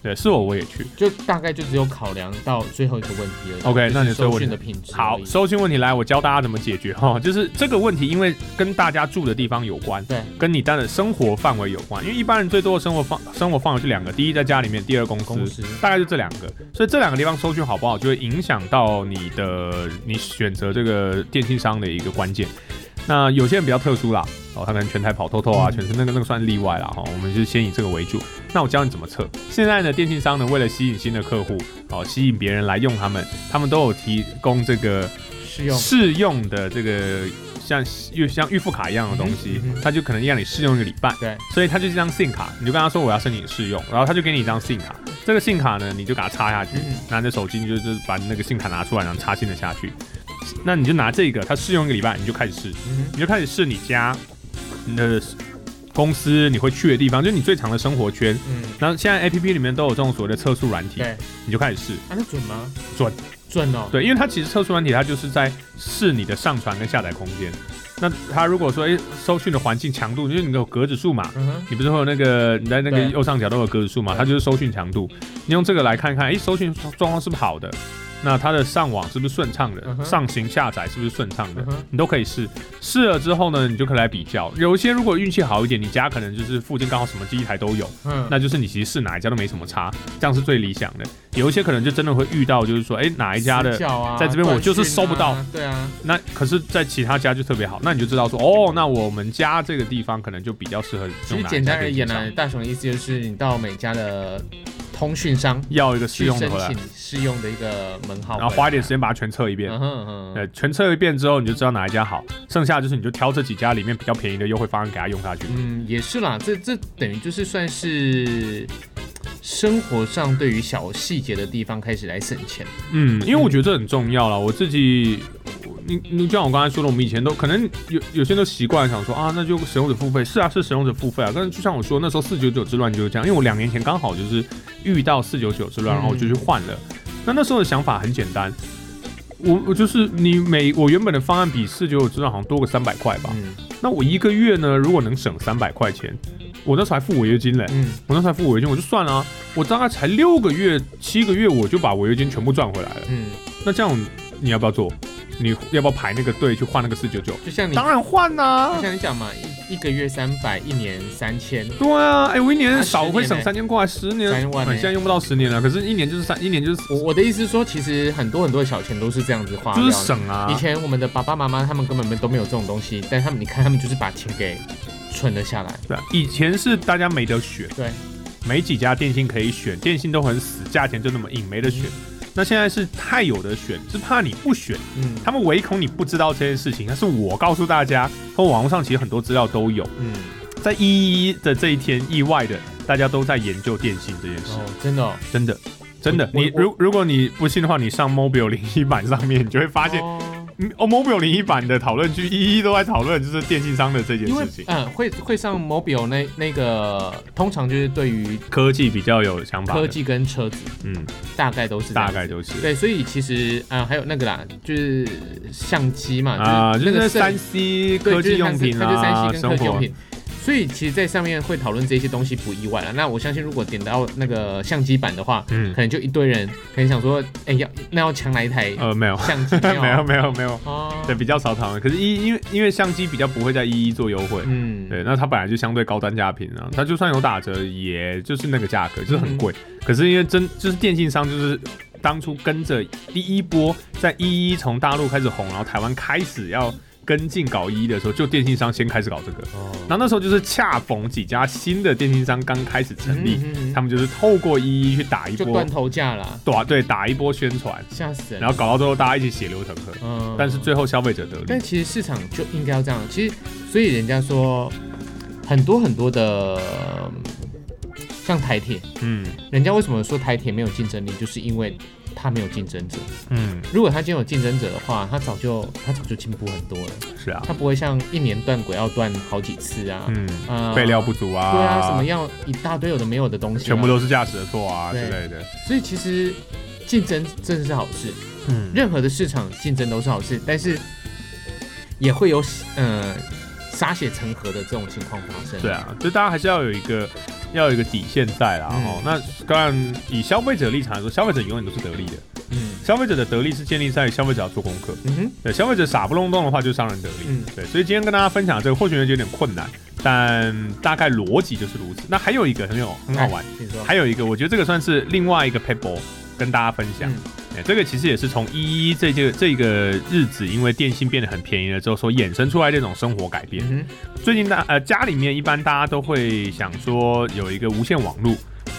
S1: 对，是我，我也去。
S2: 就大概就只有考量到最后一个问题而已。
S1: OK，
S2: 就是
S1: 那你的最后问题
S2: 收讯的品质而
S1: 好
S2: 已。，
S1: 收信问题来，我教大家怎么解决哈、就是这个问题，因为跟大家住的地方有关，
S2: 对，
S1: 跟你当的生活范围有关。因为一般人最多的生活范生活范围就两个，第一在家里面，第二公司，
S2: 公司
S1: 大概就这两个。所以这两个地方收讯好不好，就会影响到你的你选择这个电信商的一个关键。那有些人比较特殊啦，哦，他可能全台跑透透啊，
S2: 嗯
S1: 全是那个那个算例外啦哈、我们就先以这个为主。那我教你怎么测。现在呢，电信商呢为了吸引新的客户，哦，吸引别人来用他们，他们都有提供这个
S2: 试用。
S1: 试用的这个像又像预付卡一样的东西
S2: 嗯哼嗯，哼
S1: 他就可能让你试用一个礼拜。
S2: 对，
S1: 所以它就是一张信卡，你就跟他说我要申请试用，然后他就给你一张信卡，这个信卡呢你就给它插下去
S2: 嗯嗯，
S1: 拿着手机你就就是把那个信卡拿出来，然后插新的下去。那你就拿这个，它试用一个礼拜，你就开始试，
S2: 嗯
S1: 你就开始试你家、你的公司、你会去的地方，就是你最长的生活圈。
S2: 嗯，
S1: 然后现在 A P P 里面都有这种所谓的测速软体
S2: 对，，啊，
S1: 你就开始试。
S2: 那准吗？
S1: 准
S2: 准哦。
S1: 对，因为它其实测速软体它就是在试你的上传跟下载空间。那它如果说诶搜讯的环境强度，就是你有格子数嘛，
S2: 嗯哼，
S1: 你不是会有那个你在那个
S2: 对
S1: 右上角都有格子数嘛？
S2: 对
S1: 它就是搜讯强度，你用这个来看看，诶，搜讯状况是不是好的？那它的上网是不是顺畅的？
S2: 嗯哼
S1: 上行下载是不是顺畅的？
S2: 嗯哼
S1: 你都可以试。试了之后呢，你就可以来比较。有一些如果运气好一点，你家可能就是附近刚好什么机台都有，
S2: 嗯，
S1: 那就是你其实试哪一家都没什么差，这样是最理想的。有一些可能就真的会遇到，就是说，诶，哪一家的
S2: 死角啊，
S1: 在这边我就是
S2: 断讯啊
S1: 收不到。
S2: 对啊，
S1: 那可是，在其他家就特别好，那你就知道说，哦，那我们家这个地方可能就比较适合
S2: 其
S1: 用哪
S2: 实
S1: 一家
S2: 简单而
S1: 电
S2: 言
S1: 信
S2: 呢
S1: 商，
S2: 大雄的意思就是你到每家的通讯商
S1: 要一个试
S2: 去
S1: 用的
S2: 申
S1: 回来
S2: 请，试用的一个门号回来，
S1: 然后花一点时间把它全测一遍
S2: 嗯。哼。嗯哼，
S1: 对，全测一遍之后，你就知道哪一家好，剩下就是你就挑这几家里面比较便宜的优惠方案给他用下去。
S2: 嗯，也是啦，这这等于就是算是生活上对于小细节的地方开始来省钱。
S1: 嗯，因为我觉得这很重要了。我自己，我你你就像我刚才说的，我们以前都可能有有些人都习惯想说啊，那就使用者付费，是啊，是使用者付费啊。但是就像我说，那时候四九九之乱就是这样，因为我两年前刚好就是遇到四九九之乱，
S2: 嗯
S1: 然后我就去换了。那那时候的想法很简单，我我就是你每我原本的方案比四九九之乱好像多个三百块吧。
S2: 嗯
S1: 那我一个月呢，如果能省三百块钱，我那时候还付违约金嘞、
S2: 嗯，
S1: 我那时候还付违约金，我就算了、啊，我大概才六个月、七个月，我就把违约金全部赚回来了。
S2: 嗯，
S1: 那这样你要不要做？你要不要排那个队去换那个四九九？
S2: 就像你
S1: 当然换啊啦、
S2: 就像你讲嘛，一一个月三百，一年三千，
S1: 对啊，哎、我一年
S2: 啊
S1: 少会省
S2: 十
S1: 三千块，十年，
S2: 三万
S1: 哎
S2: 呢
S1: 现在用不到十年了，可是一年就是三，一年就是
S2: 我我的意思是说，其实很多很多的小钱都是这样子花掉
S1: 就
S2: 的。
S1: 是省啊
S2: 以。前我们的爸爸妈妈他们根本没都没有这种东西，但他们你看他们就是把钱给存了下来。
S1: 对啊，以前是大家没得选，
S2: 对，
S1: 没几家电信可以选，电信都很死，价钱就那么硬，没得选。那现在是太有得选，是怕你不选。
S2: 嗯
S1: 他们唯恐你不知道这件事情，但是我告诉大家，和网络上其实很多资料都有，
S2: 嗯，
S1: 在一一的这一天，意外的大家都在研究电信这件事，
S2: 哦，真的、哦，
S1: 真的，真的。
S2: 我
S1: 你
S2: 我
S1: 如如果你不信的话，你上 mobile 零一版上面，你就会发现
S2: 哦
S1: 嗯哦 mobile 零一版的讨论区，一一都在讨论就是电信商的这件
S2: 因为
S1: 事情，
S2: 嗯、会会上 mobile 那那个，通常就是对于
S1: 科技比较有想法的，
S2: 科技跟车子
S1: 嗯，
S2: 大概都是这样
S1: 大
S2: 子
S1: 概就是
S2: 对，所以其实啊、呃还有那个啦，就是相机嘛，
S1: 啊，就
S2: 就是是那
S1: 那
S2: 个摄
S1: 三 C
S2: 对
S1: 科技用品
S2: 就是三
S1: 啦，
S2: C 跟科
S1: 生
S2: 技用
S1: 活
S2: 品。所以其实，在上面会讨论这些东西不意外了。那我相信，如果点到那个相机版的话，
S1: 嗯
S2: 可能就一堆人可能想说，哎、要那要抢哪一台
S1: 呃没有
S2: 相机？
S1: 没有没有没有，
S2: 哦，
S1: 对，比较少讨论。可是一因为因为相机比较不会在一一做优惠，
S2: 嗯，
S1: 对，那它本来就相对高单价品啊，它就算有打折，也就是那个价格，就是很贵。
S2: 嗯
S1: 可是因为真就是电信商就是。当初跟着第一波，在一一从大陆开始红，然后台湾开始要跟进搞一的时候，就电信商先开始搞这个。
S2: 哦
S1: 然后那时候就是恰逢几家新的电信商刚开始成立，
S2: 嗯嗯嗯
S1: 他们就是透过一一去打一
S2: 就
S1: 波
S2: 断，头价啦，
S1: 打对打一波宣传，
S2: 吓死人。
S1: 然后搞到最后大家一起血流成河。
S2: 嗯
S1: 但是最后消费者得
S2: 但
S1: 利，
S2: 其实市场就应该要这样。其实，所以人家说很多很多的，嗯像台铁，
S1: 嗯
S2: 人家为什么说台铁没有竞争力，就是因为它没有竞争者。
S1: 嗯，
S2: 如果它今天有竞争者的话，它早就它早就进步很多了，
S1: 是啊，
S2: 它不会像一年断轨要断好几次啊，
S1: 嗯，
S2: 啊
S1: 备料不足啊，
S2: 对啊，什么样一大堆有的没有的东西、
S1: 全部。都是驾驶的错啊之
S2: 对
S1: 类的，
S2: 所以其实竞争真的是好事，
S1: 嗯，
S2: 任何的市场竞争都是好事，但是也会有呃洒血成河的这种情况发生。
S1: 对，啊，就大家还是要有一个要有一个底线在啦。
S2: 嗯
S1: 哦，那当然以消费者立场来说，消费者永远都是得利的，
S2: 嗯
S1: 消费者的得利是建立在消费者要做功课，
S2: 嗯哼，
S1: 对，消费者傻不隆咚的话，就是商人得利。
S2: 嗯
S1: 对，所以今天跟大家分享这个，或许有点困难，但大概逻辑就是如此。那还有一个很有很好玩，
S2: 哎，你说，
S1: 还有一个我觉得这个算是另外一个 paper 跟大家分享。
S2: 嗯
S1: 哎这个其实也是从一一这个这个日子，因为电信变得很便宜了之后，所衍生出来这种生活改变。
S2: 嗯
S1: 最近大呃家里面一般大家都会想说有一个无线网络，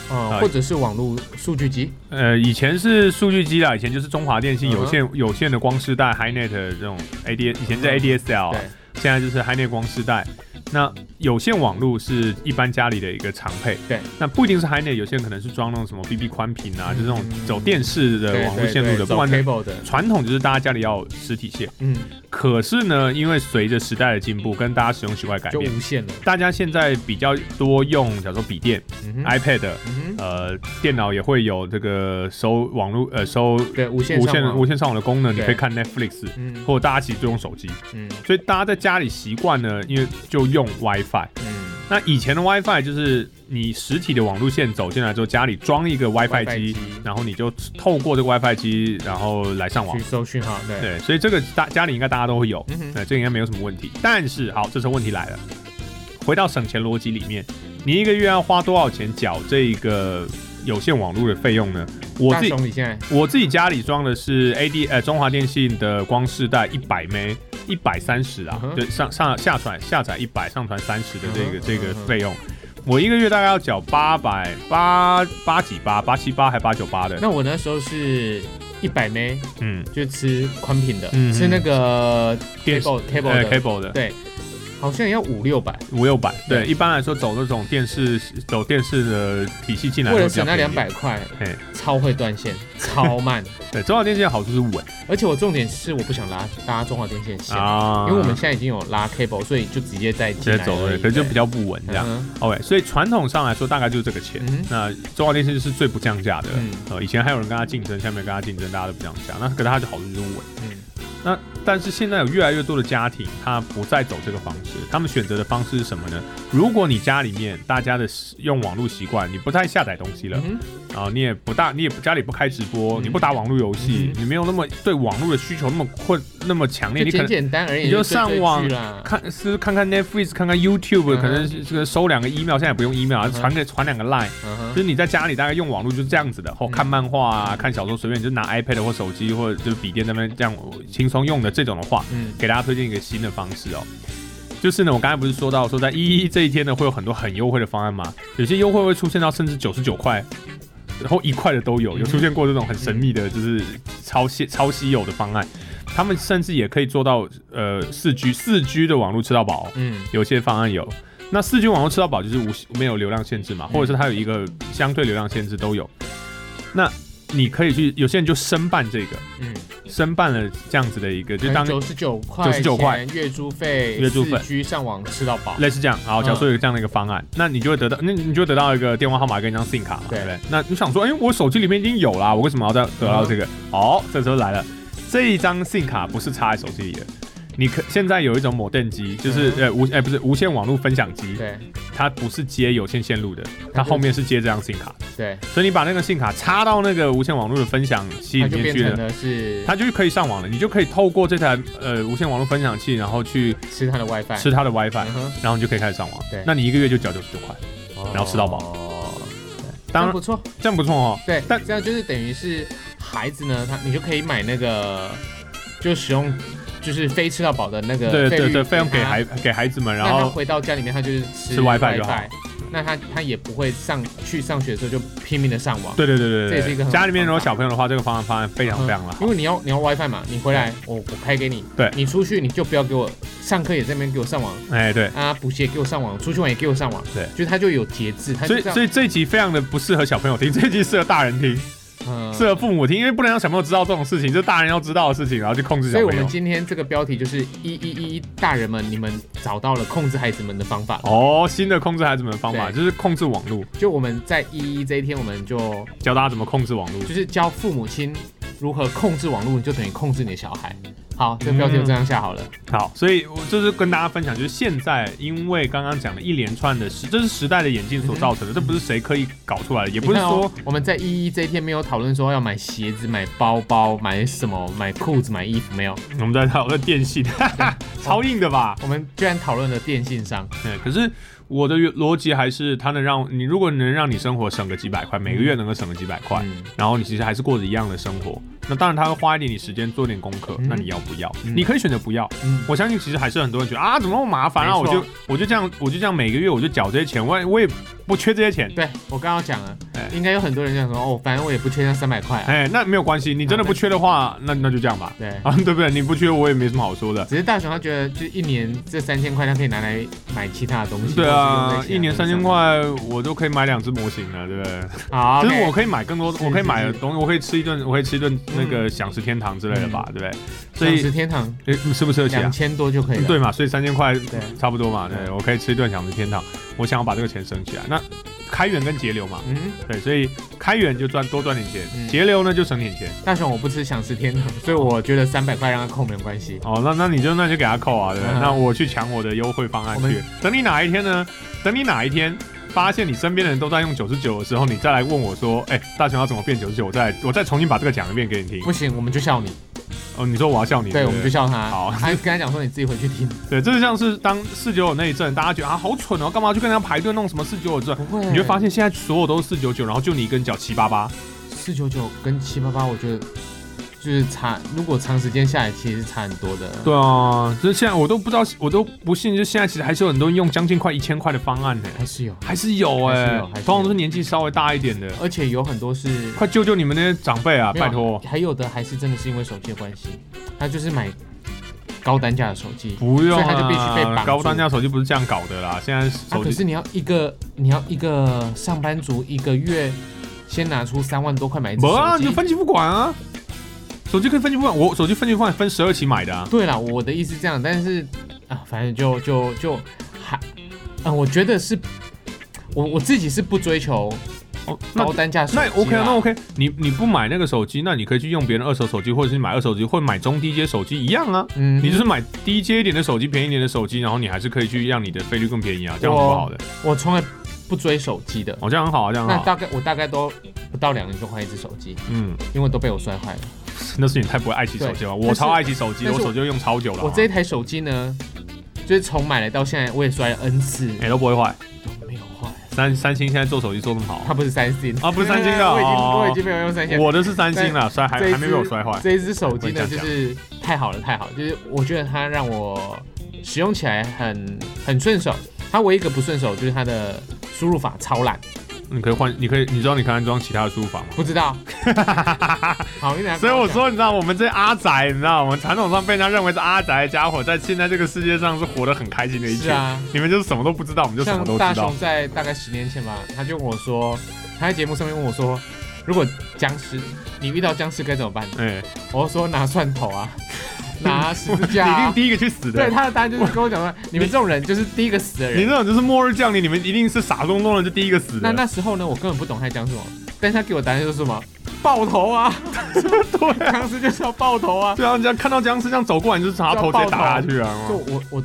S2: 哼，哦、
S1: 啊
S2: 或者是网络数据集，
S1: 呃，以前是数据机啦，以前就是中华电信
S2: 嗯哼
S1: 有线、有线的光世代 HiNet 这种 AD，以前是
S2: 嗯
S1: ADSL，、
S2: 对，
S1: 现在就是 HiNet 光世代。那有线网络是一般家里的一个常配，
S2: 对。
S1: 那不一定是 HiNet，有些人可能是装那种什么 BB 宽频啊，
S2: 嗯
S1: 就是那种走电视的
S2: 对
S1: 网络线路的，
S2: 对对
S1: 不管
S2: 走 cable 的，
S1: 传统就是大家家里要有实体线。
S2: 嗯，
S1: 可是呢，因为随着时代的进步，跟大家使用习惯改
S2: 就
S1: 变，
S2: 无限了。
S1: 大家现在比较多用，假如说笔电、
S2: 嗯哼，
S1: iPad，
S2: 嗯哼，
S1: 呃，电脑也会有这个收网络，呃，收
S2: 对，无限
S1: 无
S2: 上
S1: 线
S2: 网
S1: 无线上网的功能，你
S2: 对
S1: 可以看 Netflix，
S2: 嗯
S1: 或者大家其实就用手机，
S2: 嗯
S1: 所以大家在家里习惯呢，因为就用 WiFi。
S2: 嗯
S1: 那以前的 WiFi 就是你实体的网路线走进来之后，家里装一个 WiFi 机
S2: WiFi 机，
S1: 然后你就透过这个 WiFi 机，然后来上网
S2: 去。搜讯号，对，
S1: 对，所以这个大家里应该大家都会有，
S2: 嗯哼
S1: 呃，这应该没有什么问题。但是好，这时候问题来了，回到省钱逻辑里面，你一个月要花多少钱缴这个有线网络的费用呢？我
S2: 大
S1: 自己
S2: 熊，你现在
S1: 我自己家里装的是 AD 呃中华电信的光世代一百 M 一百三十啊，
S2: 嗯哼
S1: 对，上上下传下载一百，上传三十的这个、
S2: 嗯哼
S1: 这个
S2: 嗯哼
S1: 费用。我一个月大概要缴八百八八几八八七八还八九八的，
S2: 那我那时候是一百枚，
S1: 嗯，
S2: 就吃宽频的，
S1: 嗯
S2: 吃那个
S1: 电视
S2: cable cable
S1: 呃
S2: 的，
S1: cable 的，
S2: 好像要五六百。
S1: 五六百，对，
S2: 对
S1: 一般来说走这种电视走电视的体系进来，
S2: 为了省那两，百块
S1: 嘿，
S2: 超会断线，超慢。
S1: 对，中华电信的好处是稳
S2: 而且我重点是我不想拉搭中华电信的线，
S1: 啊
S2: 因为我们现在已经有拉 cable，所以就直接再
S1: 直
S2: 进
S1: 接
S2: 来
S1: 走
S2: 而
S1: 了，
S2: 已
S1: 可是就比
S2: 对
S1: 较不稳这样。
S2: 嗯
S1: OK，所以传统上来说大概就是这个钱。
S2: 嗯哼
S1: 那中华电信是最不降价的，
S2: 嗯
S1: 呃，以前还有人跟他竞争，下面跟他竞争，大家都不降价，那可是它的好处就是稳。
S2: 嗯
S1: 那但是现在有越来越多的家庭，他不再走这个方式，他们选择的方式是什么呢？如果你家里面大家的使用网络习惯，你不太下载东西了，
S2: 嗯哼，
S1: 啊，你也不大，你也不家里不开直播，
S2: 嗯
S1: 你不打网络游戏
S2: 嗯，
S1: 你没有那么对网络的需求那么困那么强烈，你
S2: 就
S1: 可
S2: 简
S1: 能
S2: 简单而言，
S1: 你就
S2: 追
S1: 上
S2: 追剧
S1: 网
S2: 啦，
S1: 看是看看 Netflix，看看 YouTube，
S2: 嗯哼
S1: 可能是这个收两个 email，现在也不用 email，
S2: 嗯哼
S1: 传个传两个 line，
S2: 嗯
S1: 就
S2: 哼，
S1: 是你在家里大概用网络就是这样子的，或
S2: 嗯
S1: 看漫画啊、看小说，随便你就拿 iPad 或手机或者就是笔电在那边这样轻松用的这种的话，
S2: 嗯
S1: 给大家推荐一个新的方式哦。就是呢，我刚才不是说到说在一一这一天呢，会有很多很优惠的方案吗？有些优惠会出现到甚至九十九块，然后一块的都有，有
S2: 嗯
S1: 出现过这种很神秘的，就是超稀超稀有的方案。他们甚至也可以做到呃四 G 四 G 的网络吃到饱哦，
S2: 嗯
S1: 有些方案有。那四 G 网络吃到饱就是无没有流量限制嘛，
S2: 嗯
S1: 或者是它有一个相对流量限制都有。那你可以去，有些人就申办这个，
S2: 嗯，
S1: 申办了这样子的一个，就当
S2: 九十九块，
S1: 99块
S2: 月租费，
S1: 月租费
S2: 四 G 上网吃到饱，
S1: 类似这样。好，
S2: 嗯
S1: 假设有这样的一个方案，那你就会得到，那你就会得到一个电话号码跟一张 SIM 卡嘛，对
S2: 对
S1: 不对？那你想说，哎，我手机里面已经有啦，我为什么要再得到这个？
S2: 嗯
S1: 哦，这时候来了，这一张 SIM 卡不是插在手机里的。你可现在有一种某电机，就是、
S2: 嗯
S1: 呃无哎不是无线网络分享机，
S2: 对
S1: 它不是接有线线路的，它
S2: 它就
S1: 后面是接这张 SIM 卡，
S2: 对，
S1: 所以你把那个 SIM 卡插到那个无线网络的分享器
S2: 它
S1: 里
S2: 就
S1: 面
S2: 变
S1: 去
S2: 成
S1: 了，
S2: 了是
S1: 它就可以上网了，你就可以透过这台呃无线网络分享器，然后去
S2: 吃它的 WiFi，
S1: 吃它的 WiFi，、
S2: 嗯哼，
S1: 然后你就可以开始上网。
S2: 对
S1: 那你一个月就缴九十九块，然后吃到饱
S2: 哦，
S1: 当
S2: 当
S1: 然
S2: 不错，
S1: 这样不错哦。
S2: 对，
S1: 但
S2: 这样就是等于是孩子呢，他你就可以买那个，就使用就是非吃到饱的那个
S1: 对对
S2: 率
S1: 对，费用给
S2: 他
S1: 孩给孩子们，
S2: 那
S1: 然
S2: 他
S1: 后
S2: 回到家里面，他就是吃
S1: 吃 WiFi 就好
S2: 那他他也不会上去上学的时候就拼命的上网，
S1: 对对对
S2: 这
S1: 对
S2: 也是
S1: 对
S2: 一个很好的嗯
S1: 家里面如果
S2: 方法
S1: 小朋友的话，这个方案方案非常非常的好
S2: 因。为你要你要 WiFi 嘛，你回来我我开给你，
S1: 对
S2: 你出去你就不要给我上课也在那边给我上网
S1: 哎，对，
S2: 啊，补习也给我上网，出去玩也给我上网，
S1: 对
S2: 就是他就有节制，他
S1: 所
S2: 就
S1: 以
S2: 这
S1: 所
S2: 样，
S1: 以这一集非常的不适合小朋友听，这一集适合大人听，
S2: 嗯
S1: 适合父母听，因为不能让小朋友知道这种事情，这是大人要知道的事情，然后去控制
S2: 所以
S1: 小
S2: 我
S1: 朋
S2: 们
S1: 友。
S2: 今天这个标题就是一一一大人们，你们找到了控制孩子们的方法。
S1: 哦，新的控制孩子们的方法
S2: 对
S1: 就是控制网络，
S2: 就我们在一一这一天，我们就
S1: 教大家怎么控制网络
S2: 就。是教父母亲如何控制网络，你就等于控制你的小孩。
S1: 嗯
S2: 好，这个标题就这样下好了。
S1: 好，所以我就是跟大家分享，就是现在因为刚刚讲的一连串的时，这是时代的演进所造成的，这不是谁刻意搞出来的，也
S2: 嗯你
S1: 不是
S2: 看
S1: 说
S2: 哦，我们在一一这一天没有讨论说要买鞋子、买包包、买什么、买裤子、买衣服，没有，
S1: 我们在讨论电信， 超硬的吧？
S2: 我们居然讨论了电信商。
S1: 对，可是我的逻辑还是它能让你，如果能让你生活省个几百块，每个月能够省个几百块。
S2: 嗯，
S1: 然后你其实还是过着一样的生活，那当然他会花一点你时间做点功课，
S2: 嗯
S1: 那你要不要？
S2: 嗯
S1: 你可以选择不要。
S2: 嗯
S1: 我相信其实还是很多人觉得啊，怎么那么麻烦啊？
S2: 没
S1: 我
S2: 错
S1: 就我就这样我就这样每个月我就缴这些钱，我也我也不缺这些钱。
S2: 对我刚刚讲了
S1: 哎，
S2: 应该有很多人想说，哦，反正我也不缺那三百块啊。
S1: 哎，那没有关系，你真的不缺的话，那那就这样吧，
S2: 对，
S1: 啊，对不对？你不缺我也没什么好说的。
S2: 只是大雄他觉得，就是一年这三千块，他可以拿来买其他的东西。
S1: 对啊，一年
S2: 或
S1: 三
S2: 是用在
S1: 千
S2: 其他的
S1: 块，我都可以买两只模型了，对不对？
S2: 地方。好，
S1: 就是我
S2: OK
S1: 可以买更多，
S2: 是
S1: 我可以买的
S2: 是是嗯
S1: 东西，我可以吃一顿，我可以吃一顿那个享食天堂之类的吧，对不对？所
S2: 钻石
S1: 以
S2: 天堂
S1: 诶是不是而且
S2: 嗯两
S1: 啊？
S2: 千多就可以了。
S1: 对嘛，所以三千块
S2: 对
S1: 差不多嘛，
S2: 对
S1: 对，我可以吃一顿享食天堂，我想要把这个钱省起来。那开源跟节流嘛，
S2: 嗯，
S1: 对，所以开源就赚多赚点钱，
S2: 嗯
S1: 节流呢就省点钱。
S2: 大雄我不吃想吃天堂，所以我觉得三百块让他扣没有关系。
S1: 哦，那那你就那就给他扣啊，对不对？
S2: 嗯
S1: 那我去抢我的优惠方案
S2: 我
S1: 去
S2: 们。
S1: 等你哪一天呢？等你哪一天发现你身边的人都在用九十九的时候，你再来问我说，哎，大雄要怎么变九十九？我再我再重新把这个讲一遍给你听
S2: 不。行，我们就笑你。
S1: 哦，你说我要笑你？
S2: 对，我
S1: 不
S2: 们就笑他。
S1: 好
S2: 他跟他讲说你自己回 去听。
S1: 对，这就像是当四九九那一阵，大家觉得啊好蠢哦，干嘛去跟人家排队弄什么四九九证？
S2: 不会，
S1: 你就发现现在所有都是四九九，然后就你一个人缴七八八，
S2: 四九九跟七八八，我觉得就是差，如果长时间下来，其实是差很多的。
S1: 对啊，就是现在我都不知道，我都不信，就现在其实还是有很多人用将近快一千块的方案呢，
S2: 还是有，
S1: 还是有哎、
S2: 还是有还是有
S1: 通常都是年纪稍微大一点的，
S2: 而且有很多是
S1: 快救救你们那些长辈啊，
S2: 没有
S1: 拜托，
S2: 还有的还是真的是因为手机的关系，他就是买高单价的手机。
S1: 不用
S2: 所以他就必须被绑
S1: 啊，
S2: 住
S1: 高单价手机不是这样搞的啦，现在
S2: 啊，
S1: 手
S2: 可
S1: 机
S2: 是你要一个你要一个上班族一个月先拿出三万多块买一只
S1: 没啊，
S2: 手
S1: 你
S2: 机
S1: 就。分期付款啊，手机可以分期付款，我手机分期付款分十二期买的啊。
S2: 对啦，我的意思是这样，但是啊，反正就就就还啊，我觉得是，我我自己是不追求
S1: 哦，那
S2: 高单价手机
S1: 那
S2: 啦。
S1: 也 OK 啊，那 OK，你你不买那个手机，那你可以去用别人二手手机，或者是买二手手机，或者买中低阶手机一样啊。
S2: 嗯
S1: 你就是买低阶一点的手机，便宜一点的手机，然后你还是可以去让你的费率更便宜啊，这样很不好的。
S2: 我从来不追手机的。
S1: 哦，这样很好啊，这样
S2: 那
S1: 很好。
S2: 大概我大概都不到两年就换一只手机，
S1: 嗯，
S2: 因为都被我摔坏了。
S1: 那是你太不会爱惜手机了，
S2: 对
S1: 我超爱惜手机，
S2: 但
S1: 我
S2: 是
S1: 手机用超久了啊，
S2: 我这一台手机呢，就是从买来到现在，我也摔了 N 次，
S1: 哎都不会坏。
S2: 都没有坏。
S1: 三三星现在做手机做那么好
S2: 它，不是三星
S1: 啊不是三星的
S2: 我已经
S1: 哦
S2: 我已经没有用三星。
S1: 我的是三星啦，摔还
S2: 这一只
S1: 还没被我摔坏。
S2: 这一只手机呢，
S1: 不能这
S2: 就
S1: 样
S2: 是太好了，太好了，就是我觉得它让我使用起来很很顺手。它唯一一个不顺手就是它的输入法超懒，
S1: 你嗯可以换，你可以，你知道你可以安装其他的输入 法吗？
S2: 不 知道。好，你等下
S1: 所以
S2: 跟
S1: 我
S2: 讲，
S1: 说，你知道我们这阿宅，你知道我们传统上被人家认为是阿宅的家伙，在现在这个世界上是活得很开心的一
S2: 是
S1: 群。
S2: 啊，
S1: 你们就是什么都不知道，我们就什么
S2: 像
S1: 都
S2: 大
S1: 知道
S2: 雄。在大概十年前吧，他就跟我说，他在节目上面问我说，如果僵尸，你遇到僵尸该怎么办？
S1: 哎，
S2: 我就说拿蒜头 啊，拿十字架、
S1: 你一定
S2: 啊。
S1: 第一个去死的
S2: 对，。他的答案就是跟我讲说，你们这种人就是第一个死的
S1: 你
S2: 人。
S1: 那种就是末日降临，你们一定是傻咚咚的，就第一个死
S2: 那
S1: 的。
S2: 那时候呢，我根本不懂他在讲什么，但是他给我答案就是 什么爆头 啊，
S1: 对啊，
S2: 僵尸就是要爆头啊。
S1: 对啊，你这样看到僵尸这样走过来，你就拿头直接打下去啊。
S2: 就我我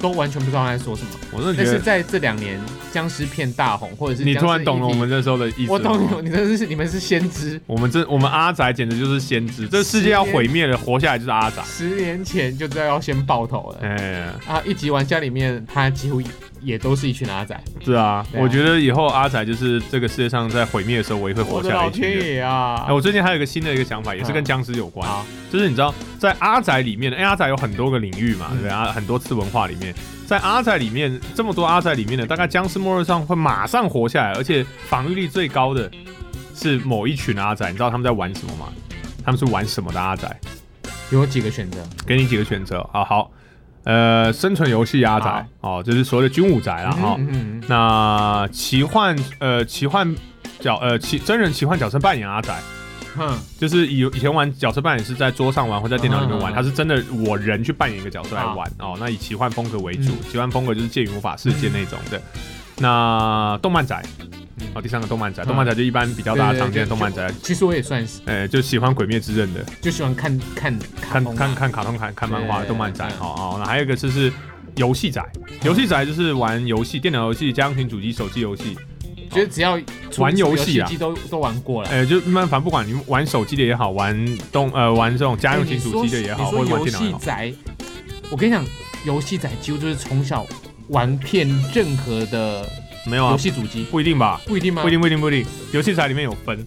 S2: 都完全不知道他在说什么。
S1: 我真的
S2: 但
S1: 觉
S2: 是
S1: 得
S2: 在这两年僵尸片大红，或者是
S1: 你突然
S2: 僵尸
S1: 懂了我
S2: 议题
S1: 们那时候的意思。
S2: 我懂你，你真的是你们是先知。
S1: 我们这我们阿宅简直就是先知，这世界要毁灭了，活下来就是阿宅。
S2: 十年前就知道要先爆头了、
S1: 哎，
S2: 啊！一级玩家里面，他几乎也都是一群阿仔。
S1: 是啊，
S2: 对啊
S1: 我觉得以后阿宅就是这个世界上在毁灭的时候，我也会活
S2: 我的
S1: 下来
S2: 老
S1: 一群人。
S2: 天爷啊
S1: 哎，！我最近还有一个新的一个想法，也是跟
S2: 嗯
S1: 僵尸有关，
S2: 好
S1: 就是你知道，在阿宅里面，哎，阿宅有很多个领域嘛，
S2: 嗯
S1: 对不对啊，很多次文化里面，在阿宅里面，这么多阿宅里面的，大概僵尸末日上会马上活下来，而且防御力最高的是某一群阿宅，你知道他们在玩什么吗？他们是玩什么的阿宅？
S2: 有几个选择，
S1: 给你几个选择啊，好，呃，生存游戏阿宅哦，就是所谓的军武宅啦，哈、
S2: 嗯嗯嗯
S1: 那奇幻呃奇幻角呃奇真人奇幻角色扮演阿宅，嗯
S2: 嗯哼，
S1: 就是以以前玩角色扮演是在桌上玩或在电脑里面玩，
S2: 嗯
S1: 他是真的我人去扮演一个角色来玩哦。那以奇幻风格为主，
S2: 嗯
S1: 奇幻风格就是介于魔法世界那种的。那动漫宅
S2: 嗯，
S1: 哦，第三个动漫宅，
S2: 嗯
S1: 动漫宅就一般比较大家
S2: 对对对
S1: 常见的
S2: 就
S1: 动漫宅，
S2: 其实我也算是，
S1: 呃，就喜欢《鬼灭之刃》的，
S2: 就喜欢看看卡
S1: 看
S2: 通
S1: 看
S2: 嘛，
S1: 看卡通、看看漫画、
S2: 对
S1: 动漫宅
S2: 嗯
S1: 哦哦。那还有一个就是游戏宅，游戏宅就是玩游戏，电脑游戏、家用型主机、手机游戏，
S2: 觉得只要出
S1: 玩游
S2: 游
S1: 戏啊
S2: 机都都玩过了。
S1: 呃，就慢慢反正不管你玩手机的也好，玩动呃玩这种家用型主机的也好，
S2: 哎你说
S1: 或者玩
S2: 你
S1: 电脑
S2: 说
S1: 也
S2: 游
S1: 好
S2: 戏，宅，我跟你讲，游戏宅几乎就是从小玩遍任何的
S1: 没有啊
S2: 游，戏主机，
S1: 不一定吧？
S2: 不一定吗？
S1: 不一定，不一定，不一定。游戏宅里面有分，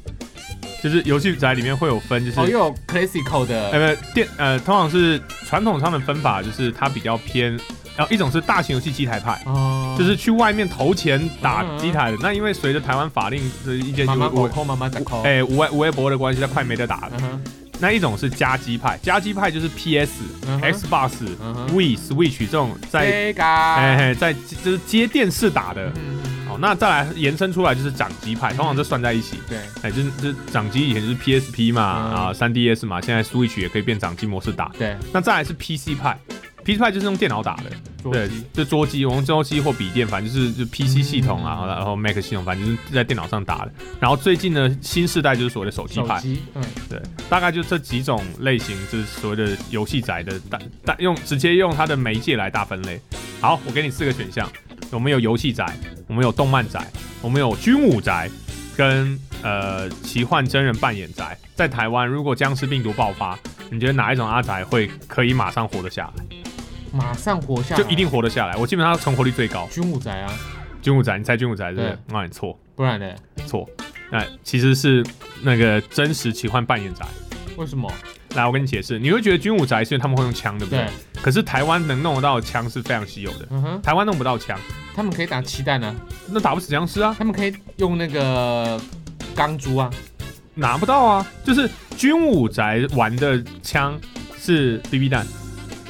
S1: 就是游戏宅里面会有分，就
S2: 哦，
S1: 是
S2: 又有 classical 的，
S1: 呃电呃，通常是传统上的分法，就是它比较偏，然后一种是大型游戏机台派。
S2: 哦，
S1: 就是去外面投钱打
S2: 嗯嗯嗯
S1: 机台的，那因为随着台湾法令的一件
S2: 妈妈
S1: 无
S2: 狗扣，妈妈打扣，
S1: 哎无微无微博的关系，它快没得打了。
S2: 嗯哼，
S1: 那一种是加机派，加机派就是 PS、
S2: 嗯哼
S1: Xbox、
S2: 嗯哼
S1: Wii、Switch 这种在
S2: ，Sega，
S1: 哎、嘿在就是接电视打的。
S2: 嗯，
S1: 好，那再来延伸出来就是掌机派，通常这算在一起。
S2: 对，
S1: 哎、就是就是掌机以前就是 PSP 嘛，
S2: 嗯
S1: 啊、3 DS 嘛，现在 Switch 也可以变掌机模式打。
S2: 对，
S1: 那再来是 PC 派，PC 派就是用电脑打的，
S2: 桌
S1: 对
S2: 机，，
S1: 就桌机，我用桌机或笔电，反正就是就 PC
S2: 嗯
S1: 系统啊，然后 Mac 系统，反正就是在电脑上打的。然后最近呢，新世代就是所谓的手机
S2: 手
S1: 派，
S2: 机，嗯，
S1: 对，大概就这几种类型，就是所谓的游戏宅的大大用直接用它的媒介来大分类。好，我给你四个选项，我们有游戏宅，我们有动漫宅，我们有军武宅，跟呃奇幻真人扮演宅。在台湾，如果僵尸病毒爆发，你觉得哪一种阿宅会可以马上活得下来？
S2: 马上活下来，
S1: 就一定活得下来。我基本上存活率最高，
S2: 军武宅啊，
S1: 军武宅，你猜军武宅是不是？那你错
S2: 不然呢？
S1: 错，那其实是那个真实奇幻扮演宅。
S2: 为什么？
S1: 来，我跟你解释，你会觉得军武宅是因为他们会用枪，对不对？
S2: 对，
S1: 可是台湾能弄得到的枪是非常稀有的，
S2: 嗯哼，
S1: 台湾弄不到枪，
S2: 他们可以打气弹啊，
S1: 那打不死僵尸啊，
S2: 他们可以用那个钢珠啊，
S1: 拿不到啊。就是军武宅玩的枪是 BB 弹，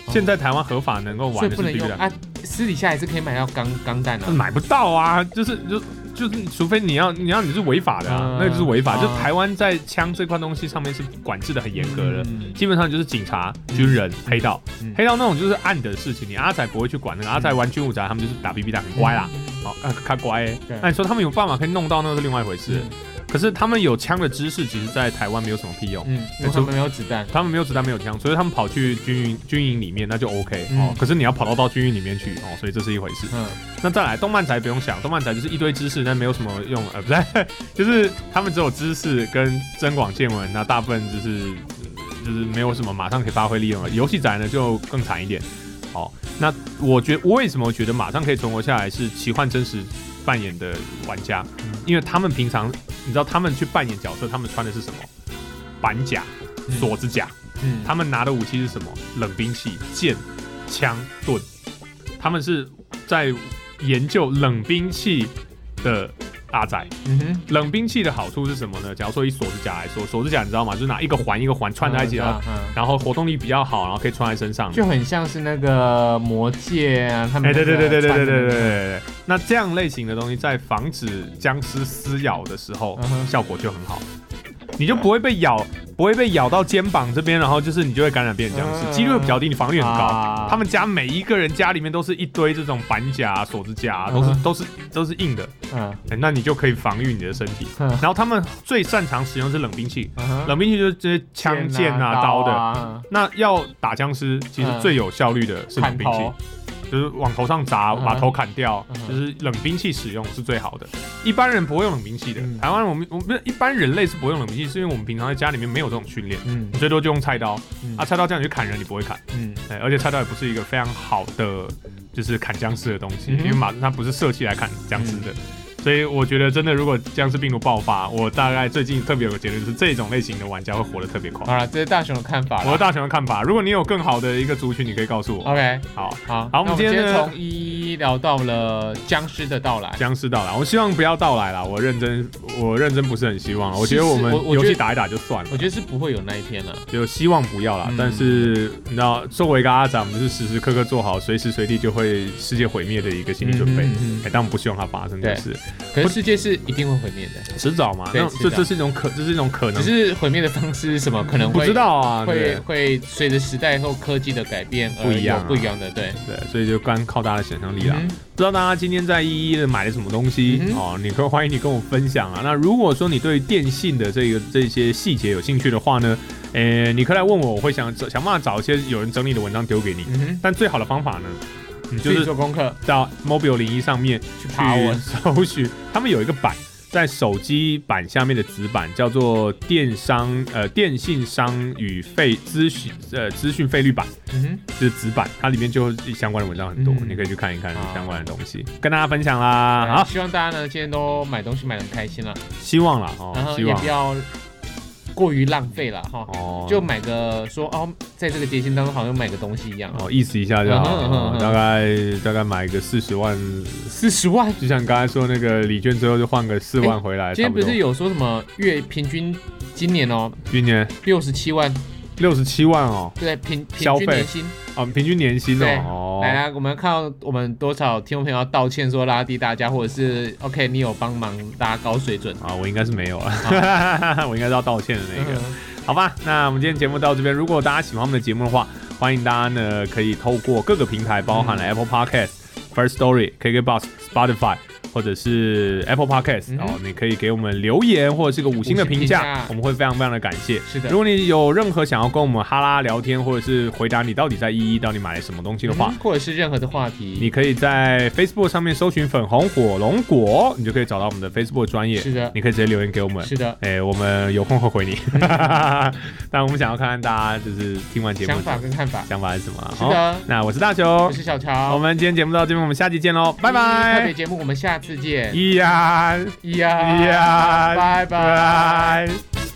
S1: 现在台湾合法能够
S2: 所
S1: 玩
S2: 以
S1: 的
S2: 哦
S1: 是
S2: 不能
S1: BB
S2: 用
S1: 弹，
S2: 啊，私底下还是可以买到钢钢弹啊，
S1: 买不到啊，就是就。就是，除非你要，你要你是违法的啊，
S2: 嗯
S1: 那个就是违法。
S2: 嗯
S1: 就台湾在枪这块东西上面是管制的很严格的，
S2: 嗯
S1: 基本上就是警察、军人、黑道
S2: 嗯，
S1: 黑道那种就是暗的事情，你阿仔不会去管那个。阿仔玩军武宅，他们就是打 BB 弹，很乖啦。，
S2: 嗯
S1: 好，啊，他乖欸
S2: 对。
S1: 那你说他们有办法可以弄到，那是另外一回事。
S2: 嗯
S1: 可是他们有枪的知识，其实在台湾没有什么屁用。
S2: 嗯，因为他们没有子弹，
S1: 他们没有子弹，没有枪，所以他们跑去军营军营里面，那就 OK、
S2: 嗯
S1: 哦。可是你要跑到到军营里面去哦，所以这是一回事。
S2: 嗯，
S1: 那再来，动漫宅不用想，动漫宅就是一堆知识，但没有什么用， 呃，不是，就是他们只有知识跟增广见闻，那大部分就是就是没有什么马上可以发挥利用了。游戏宅呢就更惨一点。哦，那我觉我为什么觉得马上可以存活下来是奇幻真实扮演的玩家，
S2: 嗯
S1: 因为他们平常你知道他们去扮演角色，他们穿的是什么？板甲、
S2: 嗯
S1: 锁子甲，
S2: 嗯，
S1: 他们拿的武器是什么？冷兵器、剑、枪、盾。他们是在研究冷兵器的阿仔。
S2: 嗯哼，
S1: 冷兵器的好处是什么呢？假如说以锁子甲来说，锁子甲你知道吗？就是拿一个环一个环串在一起，啊然
S2: 嗯
S1: 后，
S2: 嗯
S1: 然后活动力比较好，然后可以穿在身上。
S2: 就很像是那个魔戒啊，他们
S1: 哎，对对对对对对对对对对
S2: 对，
S1: 对。那这样类型的东西在防止僵尸撕咬的时候
S2: 嗯，哼
S1: 效果就很好。你就不会被咬，不会被咬到肩膀这边，然后就是你就会感染变成这样子，几率会比较低，你防御很高。
S2: 嗯啊
S1: 他们家每一个人家里面都是一堆这种板甲啊、锁子甲啊，都
S2: 嗯
S1: 是
S2: 哼
S1: 都是都是硬的，
S2: 嗯
S1: 哎那你就可以防御你的身体。
S2: 嗯
S1: 然后他们最擅长使用是冷兵器，
S2: 嗯哼
S1: 冷兵器就是这些枪剑啊、刀的。
S2: 啊
S1: 那要打僵尸，其实
S2: 嗯
S1: 最有效率的是冷
S2: 砍
S1: 兵器
S2: 头，
S1: 就是往头上砸，
S2: 嗯
S1: 把头砍掉，
S2: 嗯
S1: 就是冷兵器使用是最好的。一般人不会用冷兵器的，
S2: 嗯
S1: 台湾我们我们不是一般人类是不会用冷兵器，是因为我们平常在家里面没有这种训练，
S2: 嗯
S1: 你最多就用菜刀
S2: 嗯
S1: 啊，菜刀这样你去砍人你不会砍，
S2: 嗯
S1: 哎，而且菜刀也不是一个非常好的就是砍僵尸的东西，
S2: 嗯哼嗯
S1: 因为马它不是射器来砍僵尸的。所以我觉得，真的，如果僵尸病毒爆发，我大概最近特别有个结论是，这种类型的玩家会活得特别快。
S2: 好了，这是大雄的看法
S1: 我
S2: 了
S1: 的。大雄的看法。如果你有更好的一个族群，你可以告诉我。
S2: OK，
S1: 好，
S2: 好，
S1: 好我
S2: 那
S1: 们
S2: 我们
S1: 今
S2: 今
S1: 天
S2: 天
S1: 呢
S2: 从一一聊到了僵尸的到来。
S1: 僵尸到来，我希望不要到来啦。我认真，我认真不是很希望啦。我觉得
S2: 其实
S1: 我们
S2: 我我
S1: 游
S2: 觉
S1: 戏
S2: 得
S1: 打一打就算了
S2: 我，觉得是不会有那一天了。
S1: 就希望不要啦。
S2: 嗯
S1: 但是你知道，作为一个阿长，我们是时时刻刻做好随时随地就会世界毁灭的一个心理准备。哎、
S2: 嗯嗯嗯
S1: 但我们不希望它发生，就
S2: 对
S1: 是
S2: 可是世界是一定会毁灭的，
S1: 迟早嘛。
S2: 对
S1: 那
S2: 迟
S1: 这
S2: 早
S1: 这是一种可，这是一种可能
S2: 只，是毁灭的方式是什么，可能
S1: 不
S2: 会
S1: 知道啊。
S2: 会
S1: 对
S2: 会随着时代和科技的改变而
S1: 不一样啊
S2: 有不一样的对。
S1: 对，所以就干靠大家的想象力啦。
S2: 嗯
S1: 不知道大家今天在一一的买了什么东西、
S2: 嗯哼
S1: 哦？你可以欢迎你跟我分享啊。那如果说你对电信的这个这些细节有兴趣的话呢，呃，你可以来问我，我会想找想办法找一些有人整理的文章丢给你。
S2: 嗯哼，
S1: 但最好的方法呢，你就
S2: 自己
S1: 是
S2: 做功课
S1: 到 Mobile 零一上面
S2: 去爬
S1: 去
S2: 文。
S1: 搜寻，他们有一个版。在手机版下面的子版叫做电商呃电信商与费资讯呃资讯费率版，
S2: 嗯
S1: 就是纸板，它里面就相关的文章很多，
S2: 嗯
S1: 你可以去看一看
S2: 好
S1: 相关的东西，跟大家分享啦。
S2: 哼，
S1: 好，啊
S2: 希望大家呢今天都买东西买的开心了，
S1: 希望啦，
S2: 然
S1: 哦，
S2: 后
S1: 希
S2: 也
S1: 望
S2: 不要过于浪费了哈。
S1: 哦，
S2: 就买个说哦，在这个节庆当中好像买个东西一样，啊
S1: 哦意思一下就好，
S2: 嗯哼嗯哼
S1: 哦
S2: 嗯哼
S1: 大概大概买个四十万，
S2: 四十万。
S1: 就像你刚才说那个礼券之后就换个四万回来，
S2: 哎今
S1: 差
S2: 天
S1: 不
S2: 不
S1: 多。
S2: 是有说什么月平均今年哦
S1: 今年
S2: 六十七万，
S1: 六十七万哦，
S2: 对，平
S1: 消费
S2: 平均年薪。
S1: 啊，平均年薪
S2: 对
S1: 哦，
S2: 来啊
S1: 哦，
S2: 啦，我们看到我们多少听众朋友要道歉说拉低大家，或者是 OK 你有帮忙拉高水准。
S1: 啊，我应该是没有 了， 我应该是要道歉的那
S2: 嗯
S1: 个。好吧，那我们今天节目到这边。如果大家喜欢我们的节目的话，欢迎大家呢可以透过各个平台，包
S2: 嗯
S1: 含了 Apple Podcast、First Story、KKBox、Spotify。或者是 Apple Podcast，
S2: 嗯
S1: 然后、你可以给我们留言或者是个五星的评
S2: 五星评
S1: 价
S2: 价，
S1: 我们会非常非常的感谢。
S2: 是的
S1: 如果你有任何想要跟我们哈拉聊天，或者是回答你到底在一一到底买了什么东西的话，
S2: 嗯或者是任何的话
S1: 你
S2: 题，
S1: 可以在 Facebook 上面搜寻粉红火龙果，你就可以找到我们的 Facebook 专业，
S2: 是的
S1: 你可以直接留言给我们。
S2: 是的，
S1: 哎、我们有空会回你。 但我们想要看看大家就是听完节目
S2: 想
S1: 的
S2: 法跟看法。
S1: 想法是什么啊？
S2: 是的
S1: 好那我是大雄
S2: 我，是小嗯
S1: 我
S2: 乔，
S1: 们今天节目到这边，我们下期见喽，拜
S2: 特别
S1: 拜。
S2: 节目我们下次见，
S1: 咿呀
S2: 一呀
S1: 咿呀，
S2: 拜拜。
S1: 拜